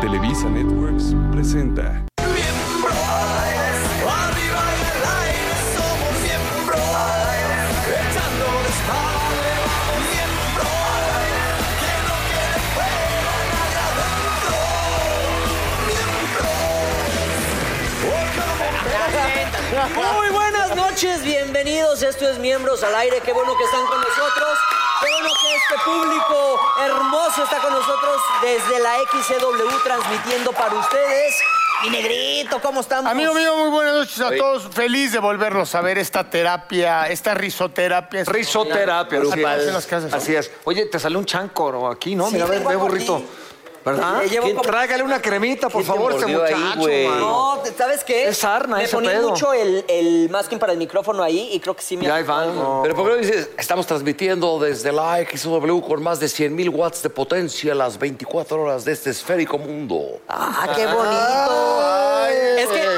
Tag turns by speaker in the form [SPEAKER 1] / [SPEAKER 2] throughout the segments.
[SPEAKER 1] Televisa Networks presenta.
[SPEAKER 2] Arriba y al aire somos miembros, echando desmadre vamos miembros, que no quede fuera nadie adentro, miembros.
[SPEAKER 3] Muy buenas noches, bienvenidos. Esto es Miembros al Aire. Qué bueno que están con nosotros. Qué bueno que este público hermoso está con nosotros desde la XCW transmitiendo para ustedes. Mi negrito, ¿cómo estamos?
[SPEAKER 4] Amigo mío, muy buenas noches a todos. Feliz de volverlos a ver esta terapia, esta risoterapia. esta-
[SPEAKER 5] Risoterapia,
[SPEAKER 4] Así
[SPEAKER 5] así
[SPEAKER 4] es.
[SPEAKER 5] es.
[SPEAKER 4] En las casas.
[SPEAKER 5] Así es. Oye, te salió un chancoro aquí, ¿no?
[SPEAKER 3] Sí,
[SPEAKER 5] Mira, ve,
[SPEAKER 3] tengo
[SPEAKER 5] ve
[SPEAKER 3] algo
[SPEAKER 5] burrito.
[SPEAKER 3] aquí.
[SPEAKER 5] ¿Verdad?
[SPEAKER 3] Le llevo
[SPEAKER 5] ¿Quién-
[SPEAKER 3] como-
[SPEAKER 5] Tráigale una cremita, por favor, este
[SPEAKER 6] mordió ahí,
[SPEAKER 5] muchacho,
[SPEAKER 6] güey?
[SPEAKER 5] mano.
[SPEAKER 3] No, ¿sabes qué?
[SPEAKER 5] Es sarna
[SPEAKER 3] Me
[SPEAKER 5] ese
[SPEAKER 3] ponía
[SPEAKER 5] pedo.
[SPEAKER 3] mucho el, el masking para el micrófono ahí y creo que sí me...
[SPEAKER 5] Ya ahí van, no.
[SPEAKER 6] Pero ¿por qué no dices, estamos transmitiendo desde la XW con más de 100.000 watts de potencia las 24 horas de este esférico mundo?
[SPEAKER 3] ¡Ah, qué bonito! es que...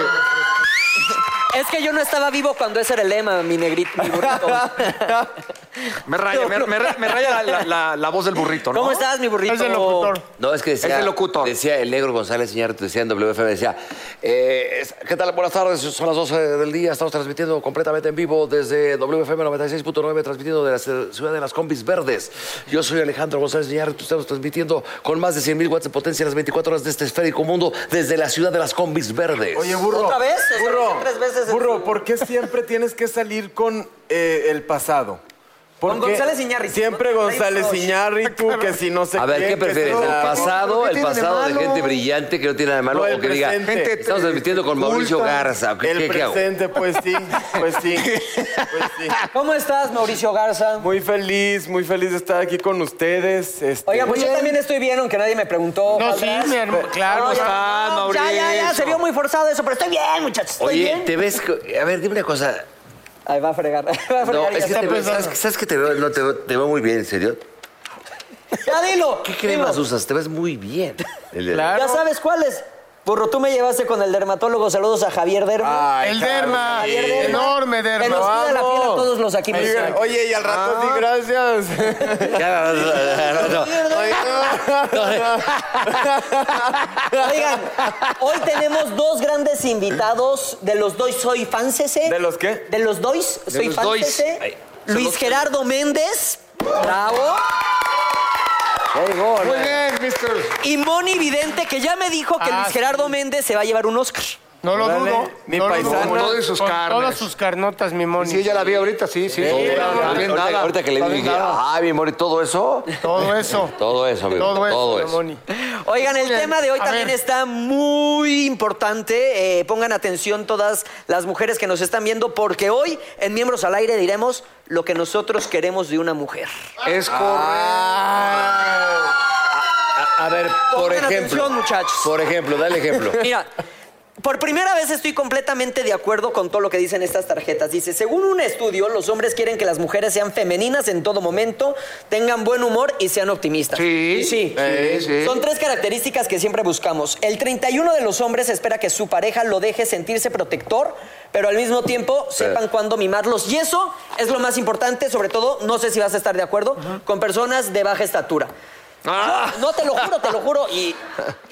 [SPEAKER 3] Es que yo no estaba vivo cuando ese era el lema, mi negrito, mi burrito.
[SPEAKER 5] Me raya, me, me ra- me raya la, la- la- la voz del burrito, ¿no?
[SPEAKER 3] ¿Cómo estás, mi burrito?
[SPEAKER 4] Es del locutor.
[SPEAKER 6] No, es que decía...
[SPEAKER 5] Es el locutor.
[SPEAKER 6] Decía el negro González Iñárritu, decía en WFM, decía, eh, es- ¿qué tal? Buenas tardes, son las 12 del día, estamos transmitiendo completamente en vivo desde WFM 96.9, transmitiendo de la ci- ciudad de las combis verdes. Yo soy Alejandro González Iñárritu, estamos transmitiendo con más de 100.000 watts de potencia las 24 horas de este esférico mundo desde la ciudad de las combis verdes.
[SPEAKER 7] Oye, burro.
[SPEAKER 3] ¿Otra vez? O sea,
[SPEAKER 7] Burro,
[SPEAKER 3] tres veces en
[SPEAKER 7] burro,
[SPEAKER 3] su-
[SPEAKER 7] ¿por qué siempre tienes que salir con eh, el pasado? ¿Por
[SPEAKER 3] Con
[SPEAKER 7] qué
[SPEAKER 3] González Iñárritu.
[SPEAKER 7] Siempre González
[SPEAKER 3] Ay,
[SPEAKER 7] Iñárritu, que si no sé
[SPEAKER 6] A ver,
[SPEAKER 7] quién,
[SPEAKER 6] ¿qué
[SPEAKER 7] que
[SPEAKER 6] prefieres?
[SPEAKER 7] si
[SPEAKER 6] ¿El
[SPEAKER 7] no-
[SPEAKER 6] pasado?
[SPEAKER 7] ¿Qué
[SPEAKER 6] ¿El
[SPEAKER 7] tiene
[SPEAKER 6] pasado de
[SPEAKER 7] malo?
[SPEAKER 6] gente brillante que no tiene nada de malo?
[SPEAKER 7] No, el
[SPEAKER 6] O que diga,
[SPEAKER 7] presente.
[SPEAKER 6] estamos transmitiendo con Mauricio
[SPEAKER 7] Culta.
[SPEAKER 6] Garza. ¿Qué,
[SPEAKER 7] el
[SPEAKER 6] qué- qué hago?
[SPEAKER 7] presente, pues sí, pues sí, pues sí.
[SPEAKER 3] ¿Cómo estás, Mauricio Garza?
[SPEAKER 7] Muy feliz, muy feliz de estar aquí con ustedes. este-
[SPEAKER 3] Oigan, pues yo
[SPEAKER 7] Oye,
[SPEAKER 3] también estoy bien, aunque nadie me preguntó.
[SPEAKER 4] No,
[SPEAKER 3] ¿Cómo
[SPEAKER 4] sí,
[SPEAKER 3] estás?
[SPEAKER 4] mi hermano, claro.
[SPEAKER 3] No, ya,
[SPEAKER 5] estás,
[SPEAKER 3] no, ya, ya, ya,
[SPEAKER 5] Mauricio?
[SPEAKER 3] se vio muy forzado eso, pero estoy bien, muchachos, estoy
[SPEAKER 6] Oye,
[SPEAKER 3] bien.
[SPEAKER 6] te ves... que- A ver, dime una cosa.
[SPEAKER 3] Ahí va a fregar, va a fregar.
[SPEAKER 6] No,
[SPEAKER 3] ya
[SPEAKER 6] es que
[SPEAKER 3] está.
[SPEAKER 6] te veo, ¿sabes, que- sabes que te veo? No, te veo, te veo muy bien, en serio.
[SPEAKER 3] Ya dilo.
[SPEAKER 6] ¿Qué
[SPEAKER 3] dilo.
[SPEAKER 6] cremas usas? Te ves muy bien.
[SPEAKER 3] Ya sabes cuál es. Burro, tú me llevaste con el dermatólogo. Saludos a Javier Derma.
[SPEAKER 7] Ay,
[SPEAKER 4] El derma, enorme
[SPEAKER 3] que nos
[SPEAKER 4] derma.
[SPEAKER 3] cuida la
[SPEAKER 7] vamos.
[SPEAKER 3] piel a todos los aquí
[SPEAKER 7] Oye,
[SPEAKER 3] presentes.
[SPEAKER 7] oye, y al rato sí, gracias.
[SPEAKER 6] Ah. Ya, no, no, no, no.
[SPEAKER 3] Oigan, hoy tenemos dos grandes invitados. De los dois soy fancese.
[SPEAKER 7] ¿De los qué?
[SPEAKER 3] De los dois soy
[SPEAKER 5] los
[SPEAKER 3] fancese.
[SPEAKER 5] dois. Ay, son
[SPEAKER 3] Luis
[SPEAKER 5] los-
[SPEAKER 3] Gerardo Méndez. Bravo.
[SPEAKER 5] Muy bien, mister.
[SPEAKER 3] Y Moni Vidente, que ya me dijo que
[SPEAKER 4] Ah,
[SPEAKER 3] Luis Gerardo Méndez se va a llevar un Oscar.
[SPEAKER 4] No lo
[SPEAKER 7] Órale,
[SPEAKER 4] dudo.
[SPEAKER 7] mi
[SPEAKER 4] no lo dudo.
[SPEAKER 7] paisano.
[SPEAKER 4] Con
[SPEAKER 5] Todas sus
[SPEAKER 4] con
[SPEAKER 5] carnes.
[SPEAKER 4] Todas sus carnotas, mi moni.
[SPEAKER 5] Sí, ya la vi ahorita, sí, sí. Está bien
[SPEAKER 6] Ahorita,
[SPEAKER 5] dada,
[SPEAKER 6] ahorita que le
[SPEAKER 5] está
[SPEAKER 6] dije, ah.
[SPEAKER 5] bien dada.
[SPEAKER 6] ay, mi amor, ¿y todo eso?
[SPEAKER 4] Todo eso.
[SPEAKER 6] Todo eso, amigo.
[SPEAKER 4] Todo eso,
[SPEAKER 6] todo
[SPEAKER 4] mi
[SPEAKER 6] eso.
[SPEAKER 4] moni.
[SPEAKER 3] Oigan, el
[SPEAKER 4] Bien,
[SPEAKER 3] tema de hoy
[SPEAKER 4] a
[SPEAKER 3] también
[SPEAKER 4] ver.
[SPEAKER 3] está muy importante. Eh, pongan atención todas las mujeres que nos están viendo, porque hoy en Miembros al Aire diremos lo que nosotros queremos de una mujer.
[SPEAKER 5] Es
[SPEAKER 7] Ah.
[SPEAKER 5] correcto.
[SPEAKER 6] A ver, por
[SPEAKER 3] Pongan
[SPEAKER 6] ejemplo.
[SPEAKER 3] atención, muchachos.
[SPEAKER 6] Por ejemplo, dale ejemplo.
[SPEAKER 3] Mira, por primera vez estoy completamente de acuerdo con todo lo que dicen estas tarjetas. Dice, según un estudio, los hombres quieren que las mujeres sean femeninas en todo momento, tengan buen humor y sean optimistas.
[SPEAKER 5] Sí,
[SPEAKER 3] Y sí.
[SPEAKER 5] sí, sí.
[SPEAKER 3] Son tres características que siempre buscamos. El 31 de los hombres espera que su pareja lo deje sentirse protector, pero al mismo tiempo sepan cuándo mimarlos. Y eso es lo más importante, sobre todo, no sé si vas a estar de acuerdo, con personas de baja estatura.
[SPEAKER 5] Ah.
[SPEAKER 3] No, te lo juro, te lo juro. Y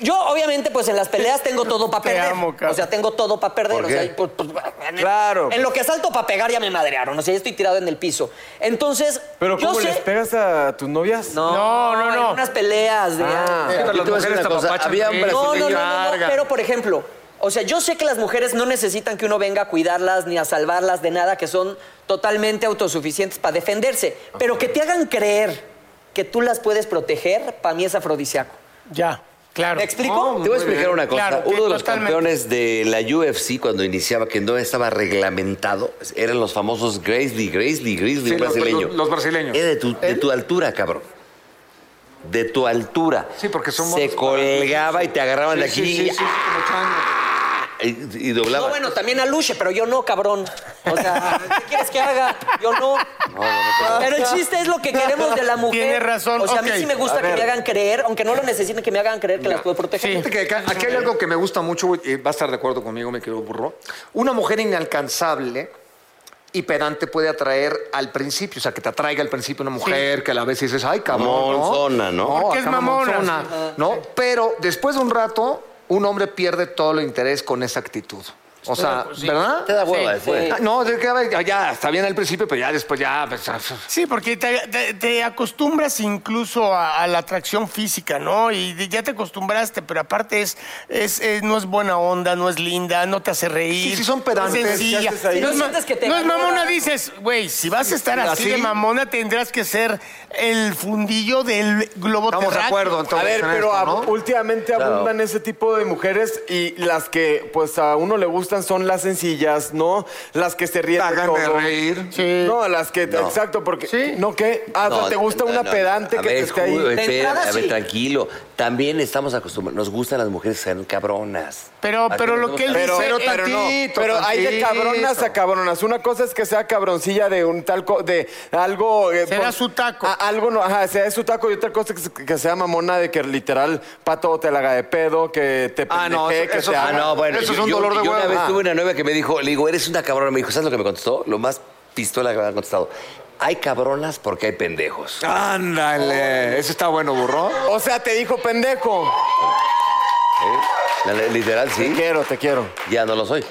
[SPEAKER 3] yo, obviamente, pues en las peleas tengo todo para
[SPEAKER 4] Te
[SPEAKER 3] perder.
[SPEAKER 4] amo, Carlos.
[SPEAKER 3] o sea, tengo todo para perder.
[SPEAKER 6] ¿Por
[SPEAKER 3] o
[SPEAKER 6] qué?
[SPEAKER 3] sea, y pues, pues, en el-
[SPEAKER 5] Claro.
[SPEAKER 3] En lo que salto para pegar ya me madrearon. O sea, ya estoy tirado en el piso. Entonces,
[SPEAKER 7] Pero
[SPEAKER 3] yo
[SPEAKER 7] ¿cómo
[SPEAKER 3] sé...
[SPEAKER 7] les pegas a tus novias?
[SPEAKER 4] No, no,
[SPEAKER 3] en
[SPEAKER 4] no.
[SPEAKER 3] unas peleas de...
[SPEAKER 5] Ah.
[SPEAKER 6] Pero
[SPEAKER 5] Las
[SPEAKER 6] yo te voy a decir
[SPEAKER 5] mujeres
[SPEAKER 6] una cosa,
[SPEAKER 5] apapachan
[SPEAKER 6] había
[SPEAKER 3] No,
[SPEAKER 5] mucho.
[SPEAKER 3] no, no, no,
[SPEAKER 6] brasileño-
[SPEAKER 3] no,
[SPEAKER 5] Larga.
[SPEAKER 3] pero por ejemplo, o sea, yo sé que las mujeres no necesitan que uno venga a cuidarlas ni a salvarlas de nada, que son totalmente autosuficientes para defenderse, pero que te hagan creer que tú las puedes proteger, para mí es afrodisíaco.
[SPEAKER 4] Ya, claro.
[SPEAKER 3] ¿Me explico?
[SPEAKER 6] Te voy a explicar una cosa.
[SPEAKER 4] Claro,
[SPEAKER 6] Uno de los
[SPEAKER 4] totalmente.
[SPEAKER 6] campeones de la UFC cuando iniciaba, que no estaba reglamentado, eran los famosos Grizzly, Grizzly, Grizzly
[SPEAKER 5] Sí, los-
[SPEAKER 6] brasileño.
[SPEAKER 5] los- los brasileños.
[SPEAKER 6] Era de tu, de tu altura, cabrón. De tu altura.
[SPEAKER 5] Sí, porque somos-
[SPEAKER 6] Se colgaba y te agarraban de aquí
[SPEAKER 5] Sí, sí, sí, sí, como chango.
[SPEAKER 6] y, y doblaba.
[SPEAKER 3] No, bueno, también a Luche, pero yo no, cabrón. O sea, ¿qué quieres que haga? Yo no. Pero el chiste es lo que queremos de la mujer.
[SPEAKER 4] Tienes razón,
[SPEAKER 3] O sea, a
[SPEAKER 4] ok.
[SPEAKER 3] mí sí me gusta que me hagan creer, aunque no lo necesiten, que me hagan creer que las puedo proteger.
[SPEAKER 5] Fíjate que acá- aquí hay algo que me gusta mucho, güey, y va a estar de acuerdo conmigo, me querido burro. Una mujer inalcanzable y pedante puede atraer al principio, o sea, que te atraiga al principio una mujer que a la vez dices, ay, cabrón. ¿no?
[SPEAKER 6] Monzona, ¿no?
[SPEAKER 4] Porque es
[SPEAKER 5] acá
[SPEAKER 4] mamona.
[SPEAKER 5] monzona, ¿no? Pero después de un rato, un hombre pierde todo el interés con esa actitud. O sea, ¿verdad?
[SPEAKER 6] Te da hueva después.
[SPEAKER 5] Ah, No, de que, a ver, ya está bien al principio, pero ya después ya. pues, ah,
[SPEAKER 4] Sí, porque te, te- te acostumbras incluso a, a la atracción física, ¿no? Y de- ya te acostumbraste, pero aparte es, es, es- no es buena onda, no es linda, no te hace reír.
[SPEAKER 5] Sí, sí, son pedantes.
[SPEAKER 4] Es
[SPEAKER 5] ¿Qué
[SPEAKER 4] sencilla.
[SPEAKER 5] haces ahí?
[SPEAKER 4] No es, ma-
[SPEAKER 3] Sientes que te
[SPEAKER 4] no es
[SPEAKER 3] valora.
[SPEAKER 4] mamona, dices, güey, si vas a estar así,
[SPEAKER 5] ¿Así?
[SPEAKER 4] de mamona, tendrás que ser el fundillo del globo
[SPEAKER 5] Estamos de
[SPEAKER 4] terráqueo.
[SPEAKER 5] acuerdo, entonces.
[SPEAKER 7] A ver,
[SPEAKER 5] en
[SPEAKER 7] pero
[SPEAKER 5] esto,
[SPEAKER 7] ab-
[SPEAKER 5] ¿no?
[SPEAKER 7] últimamente abundan ese tipo de mujeres y las que pues a uno le gustan son las sencillas, ¿no? Las que se ríen de
[SPEAKER 5] Hagan de
[SPEAKER 7] todo.
[SPEAKER 5] reír.
[SPEAKER 4] Sí.
[SPEAKER 7] No, las que exacto porque
[SPEAKER 4] Sí.
[SPEAKER 7] no que ah, o sea,
[SPEAKER 6] No,
[SPEAKER 7] te gusta
[SPEAKER 6] no,
[SPEAKER 7] una
[SPEAKER 6] no,
[SPEAKER 7] pedante
[SPEAKER 6] a
[SPEAKER 7] que
[SPEAKER 6] ver,
[SPEAKER 7] te esté
[SPEAKER 6] Julio,
[SPEAKER 7] ahí.
[SPEAKER 3] De
[SPEAKER 6] espérame,
[SPEAKER 3] entrada,
[SPEAKER 6] a ver,
[SPEAKER 3] sí.
[SPEAKER 6] tranquilo. También estamos acostumbrados. Nos gustan las mujeres que sean cabronas.
[SPEAKER 4] Pero,
[SPEAKER 6] ¿A
[SPEAKER 4] pero
[SPEAKER 6] qué
[SPEAKER 4] lo
[SPEAKER 6] nos
[SPEAKER 4] que él
[SPEAKER 6] gusta?
[SPEAKER 7] Pero,
[SPEAKER 4] dice,
[SPEAKER 7] pero,
[SPEAKER 4] él-
[SPEAKER 7] no, pero hay de cabronas a cabronas. Una cosa es que sea cabroncilla de un tal co- de algo. eh,
[SPEAKER 4] Será su taco.
[SPEAKER 7] a- algo no, ajá, sea su taco. Y otra cosa es que, sea mamona de que literal pato te la haga de pedo, que te
[SPEAKER 5] Ah, no,
[SPEAKER 7] pendeje,
[SPEAKER 5] eso-
[SPEAKER 7] que
[SPEAKER 5] eso-
[SPEAKER 7] te
[SPEAKER 5] ah,
[SPEAKER 6] Ah,
[SPEAKER 7] haga-
[SPEAKER 6] no, bueno.
[SPEAKER 5] Eso es
[SPEAKER 6] yo-
[SPEAKER 5] un dolor
[SPEAKER 6] yo-
[SPEAKER 5] de
[SPEAKER 6] yo
[SPEAKER 5] hueva.
[SPEAKER 7] Ah.
[SPEAKER 6] una vez tuve una novia que me dijo, le digo, eres una cabrona. Me dijo, ¿sabes lo que me contestó? Lo más pistola que me ha contestado. Hay cabronas porque hay pendejos.
[SPEAKER 5] Ah. Ándale. Ese está bueno, burro.
[SPEAKER 7] O sea, te dijo pendejo.
[SPEAKER 6] ¿Eh? La- Literal,
[SPEAKER 7] Te
[SPEAKER 6] sí.
[SPEAKER 7] quiero, te quiero.
[SPEAKER 6] Ya no lo soy,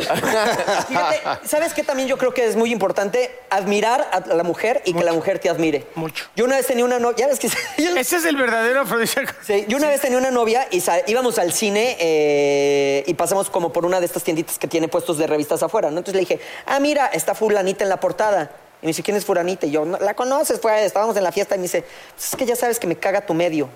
[SPEAKER 3] Fíjate, ¿sabes qué también yo creo que es muy importante? Admirar a la mujer y que la mujer te admire.
[SPEAKER 4] Mucho.
[SPEAKER 3] Yo una vez tenía una novia, ya ves que...
[SPEAKER 4] Ese es el verdadero afrodisíaco.
[SPEAKER 3] Sí, yo una vez tenía una novia y sa- íbamos al cine eh, y pasamos como por una de estas tienditas que tiene puestos de revistas afuera, ¿no? Entonces le dije, ah, mira, está fulanita en la portada. Y me dice, ¿quién es fulanita? Y yo, "No, ¿la conoces? Fue, estábamos en la fiesta y me dice, "Pues es que ya sabes que me caga tu medio.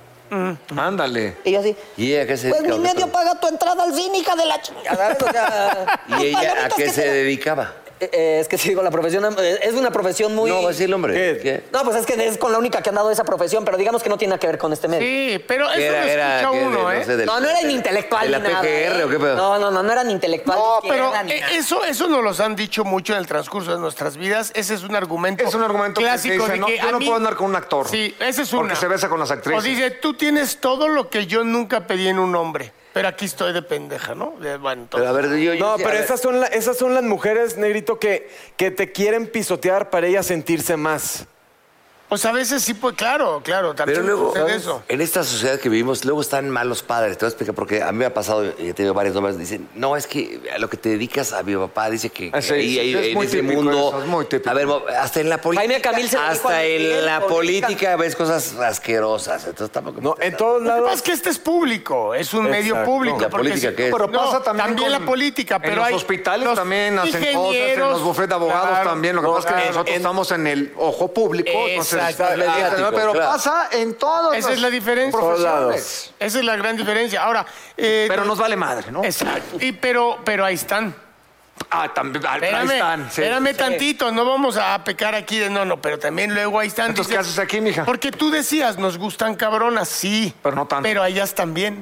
[SPEAKER 5] Ándale.
[SPEAKER 3] Y yo así,
[SPEAKER 6] ¿Y ella a qué este se
[SPEAKER 3] pues mi
[SPEAKER 6] dedica, doctor?
[SPEAKER 3] medio paga tu entrada al cine, hija de la chingada. ¿sabes? O sea, tus
[SPEAKER 6] ¿Y ella a
[SPEAKER 3] palomitas
[SPEAKER 6] qué
[SPEAKER 3] que
[SPEAKER 6] se
[SPEAKER 3] te-
[SPEAKER 6] dedicaba?
[SPEAKER 3] Eh, eh, es que si digo la profesión, eh, es una profesión muy...
[SPEAKER 6] No, va a decir el hombre.
[SPEAKER 7] ¿Qué?
[SPEAKER 6] ¿Qué?
[SPEAKER 3] No, pues es que es con la única que han dado esa profesión, pero digamos que no tiene nada que ver con este medio.
[SPEAKER 4] Sí, pero
[SPEAKER 6] ¿Qué
[SPEAKER 4] eso lo escucha
[SPEAKER 6] qué, de-
[SPEAKER 4] uno, ¿eh?
[SPEAKER 6] no sé, del-
[SPEAKER 3] no, no era ni intelectual
[SPEAKER 6] ¿De la
[SPEAKER 3] ni nada.
[SPEAKER 6] PGR
[SPEAKER 3] ¿eh?
[SPEAKER 6] o qué pedo?
[SPEAKER 3] No, no, no, no era ni intelectual.
[SPEAKER 4] No,
[SPEAKER 3] ni
[SPEAKER 4] pero
[SPEAKER 3] izquierda, ni
[SPEAKER 4] eh,
[SPEAKER 3] nada.
[SPEAKER 4] eso, eso nos los han dicho mucho en el transcurso de nuestras vidas. Ese es un argumento
[SPEAKER 5] Es un argumento que
[SPEAKER 4] clásico
[SPEAKER 5] dice,
[SPEAKER 4] de
[SPEAKER 5] no,
[SPEAKER 4] que
[SPEAKER 5] yo
[SPEAKER 4] a
[SPEAKER 5] no
[SPEAKER 4] mí-
[SPEAKER 5] puedo andar con un actor.
[SPEAKER 4] Sí, ese es
[SPEAKER 5] Porque
[SPEAKER 4] una.
[SPEAKER 5] se besa con las actrices.
[SPEAKER 4] O dice, tú tienes todo lo que yo nunca pedí en un hombre, pero aquí estoy de pendeja, ¿no? De- bueno,
[SPEAKER 6] Pero
[SPEAKER 4] entonces-
[SPEAKER 6] a ver, yo... yo-
[SPEAKER 7] Ah. No,
[SPEAKER 6] a
[SPEAKER 7] pero
[SPEAKER 6] ver,
[SPEAKER 7] esas son, la- esas son las mujeres, negrito, que, que te quieren pisotear para ellas sentirse más.
[SPEAKER 4] pues a veces sí, pues claro, claro, también
[SPEAKER 6] Pero luego,
[SPEAKER 4] sucede eso.
[SPEAKER 6] en esta sociedad que vivimos, luego están malos padres. Te voy a explicar porque a mí me ha pasado, y he tenido varios nombres, dicen, no, es que a lo que te dedicas a mi papá, dice que, que
[SPEAKER 5] Ah, sí,
[SPEAKER 6] ahí,
[SPEAKER 5] sí,
[SPEAKER 6] Eh, ahí,
[SPEAKER 5] es
[SPEAKER 6] en
[SPEAKER 5] muy
[SPEAKER 6] ese
[SPEAKER 5] típico ¿eh?
[SPEAKER 6] mundo...
[SPEAKER 5] eso, es muy típico.
[SPEAKER 6] A ver, mo- hasta en la política...
[SPEAKER 3] Jaime Camil se lo dijo a
[SPEAKER 6] Hasta
[SPEAKER 3] Luis Miguel,
[SPEAKER 6] en la
[SPEAKER 3] política.
[SPEAKER 6] política ves cosas asquerosas. Entonces tampoco...
[SPEAKER 7] No, en todos
[SPEAKER 4] Lo que pasa
[SPEAKER 7] lados.
[SPEAKER 4] es que este es público, es un medio
[SPEAKER 7] Exacto.
[SPEAKER 4] público.
[SPEAKER 6] ¿La
[SPEAKER 4] porque
[SPEAKER 6] política
[SPEAKER 4] si-
[SPEAKER 6] qué es?
[SPEAKER 5] Pero
[SPEAKER 4] No,
[SPEAKER 5] pasa también. con-
[SPEAKER 4] la política, Ah, pero
[SPEAKER 5] en los
[SPEAKER 4] hay
[SPEAKER 5] hospitales
[SPEAKER 4] los
[SPEAKER 5] también hacen cosas, en
[SPEAKER 4] ingenieros,
[SPEAKER 5] los bufetes de abogados
[SPEAKER 4] claro.
[SPEAKER 5] también. Lo que pasa es que
[SPEAKER 4] Claro.
[SPEAKER 5] nosotros estamos en el ojo público. entonces-
[SPEAKER 4] Exacto.
[SPEAKER 5] Ah,
[SPEAKER 6] Mediático,
[SPEAKER 5] pero
[SPEAKER 6] claro.
[SPEAKER 5] pasa en todos
[SPEAKER 4] Esa es la diferencia.
[SPEAKER 7] Soldados.
[SPEAKER 4] Esa es la gran diferencia. Ahora, eh,
[SPEAKER 5] Pero nos vale madre, ¿no?
[SPEAKER 4] Exacto. Y pero, pero ahí están.
[SPEAKER 5] Ah, también. ah, ahí
[SPEAKER 4] Espérame,
[SPEAKER 5] están. sí.
[SPEAKER 4] espérame tantito, no vamos a pecar aquí de no, no, pero también luego ahí están.
[SPEAKER 5] Entonces,
[SPEAKER 4] dices,
[SPEAKER 5] ¿qué haces aquí, mija?
[SPEAKER 4] Porque tú decías, nos gustan cabronas, sí.
[SPEAKER 5] Pero no tanto.
[SPEAKER 4] Pero a ellas también.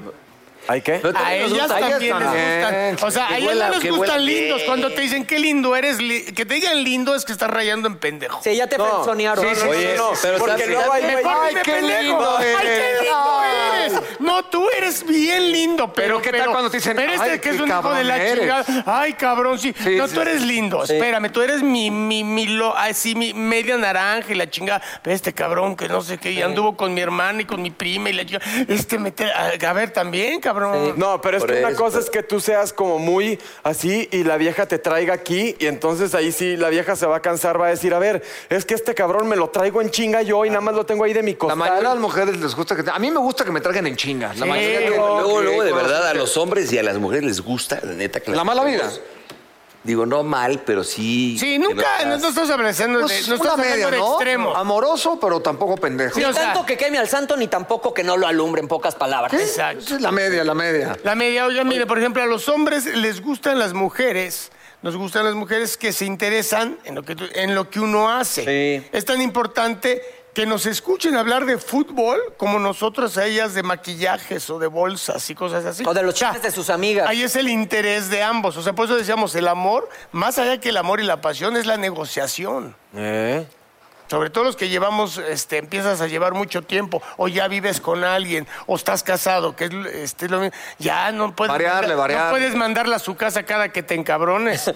[SPEAKER 7] ¿Hay qué?
[SPEAKER 6] Pero
[SPEAKER 4] A
[SPEAKER 6] también nos
[SPEAKER 4] ellas
[SPEAKER 6] gusta-
[SPEAKER 4] también,
[SPEAKER 5] también.
[SPEAKER 4] les gustan. O sea,
[SPEAKER 6] Que
[SPEAKER 4] a ellas
[SPEAKER 6] huela-
[SPEAKER 4] no les
[SPEAKER 6] que
[SPEAKER 4] gustan
[SPEAKER 6] huela bien.
[SPEAKER 4] lindos. Cuando te dicen qué lindo eres, li- que te digan lindo es que estás rayando en pendejo.
[SPEAKER 3] Sí, ya te pensonearon.
[SPEAKER 5] Sí, sí,
[SPEAKER 7] Oye,
[SPEAKER 5] sí, sí,
[SPEAKER 7] pero
[SPEAKER 5] sí,
[SPEAKER 7] porque
[SPEAKER 5] sí.
[SPEAKER 7] luego hay
[SPEAKER 4] Mejor
[SPEAKER 7] güey-
[SPEAKER 4] dime pendejo. ¡Ay, qué lindo eres! No, tú eres bien lindo, pero.
[SPEAKER 5] Pero, ¿qué tal cuando te dicen,
[SPEAKER 4] pero este
[SPEAKER 5] "Ay,
[SPEAKER 4] que es
[SPEAKER 5] qué
[SPEAKER 4] un hijo de
[SPEAKER 5] cabrón
[SPEAKER 4] la
[SPEAKER 5] eres"?
[SPEAKER 4] chingada. Ay, cabrón, sí.
[SPEAKER 5] Sí,
[SPEAKER 4] no,
[SPEAKER 5] sí,
[SPEAKER 4] tú eres lindo.
[SPEAKER 3] Sí.
[SPEAKER 4] Espérame, tú eres mi, mi, mi, lo- así, mi media naranja y la chingada. Pero este cabrón que no sé qué, y anduvo con mi hermana y con mi prima y la chingada. Este, me te- a, a ver, también, cabrón.
[SPEAKER 7] No, pero es
[SPEAKER 6] Por
[SPEAKER 7] que una
[SPEAKER 6] eso,
[SPEAKER 7] cosa
[SPEAKER 6] pero-
[SPEAKER 7] es que tú seas como muy así y la vieja te traiga aquí y entonces ahí sí la vieja se va a cansar, va a decir, a ver, es que este cabrón me lo traigo en chinga yo y nada más lo tengo ahí de mi
[SPEAKER 5] La
[SPEAKER 7] costal.
[SPEAKER 5] mayoría de las mujeres les gusta que... A mí me gusta que me traigan en chinga. La mayoría de-
[SPEAKER 6] Luego,
[SPEAKER 5] que-
[SPEAKER 6] luego, de
[SPEAKER 5] que-
[SPEAKER 6] verdad, a los hombres y a las mujeres les gusta, la neta, que
[SPEAKER 5] La
[SPEAKER 6] las-
[SPEAKER 5] mala vida.
[SPEAKER 6] Digo, no mal, pero sí.
[SPEAKER 4] Sí,
[SPEAKER 6] que
[SPEAKER 4] nunca, no,
[SPEAKER 6] no-
[SPEAKER 4] no estamos hablando de,
[SPEAKER 5] Pues,
[SPEAKER 4] no estamos
[SPEAKER 5] una media,
[SPEAKER 4] hablando de
[SPEAKER 5] ¿no?
[SPEAKER 4] extremos.
[SPEAKER 5] Amoroso, pero tampoco pendejo.
[SPEAKER 4] Sí,
[SPEAKER 3] Ni
[SPEAKER 4] o sea-
[SPEAKER 3] tanto que queme al santo, ni tampoco que no lo alumbre, en pocas palabras.
[SPEAKER 4] Exacto.
[SPEAKER 5] Esa es la media, la media.
[SPEAKER 4] La media, oiga, mire, por ejemplo, a los hombres les gustan las mujeres, nos gustan las mujeres que se interesan en lo que, tú- en lo que uno hace.
[SPEAKER 7] Sí.
[SPEAKER 4] Es tan importante que nos escuchen hablar de fútbol como nosotros a ellas de maquillajes o de bolsas y cosas así.
[SPEAKER 3] O de los
[SPEAKER 4] O sea,
[SPEAKER 3] chistes de sus amigas.
[SPEAKER 4] Ahí es el interés de ambos. O sea, por eso decíamos, el amor, más allá que el amor y la pasión, es la negociación.
[SPEAKER 3] Eh.
[SPEAKER 4] Sobre todo los que llevamos, este, empiezas a llevar mucho tiempo, o ya vives con alguien, o estás casado, que es este, lo mismo. Ya no puedes,
[SPEAKER 5] Variarle,
[SPEAKER 4] mandar-
[SPEAKER 5] variarle.
[SPEAKER 4] no puedes mandarla a su casa cada que te encabrones.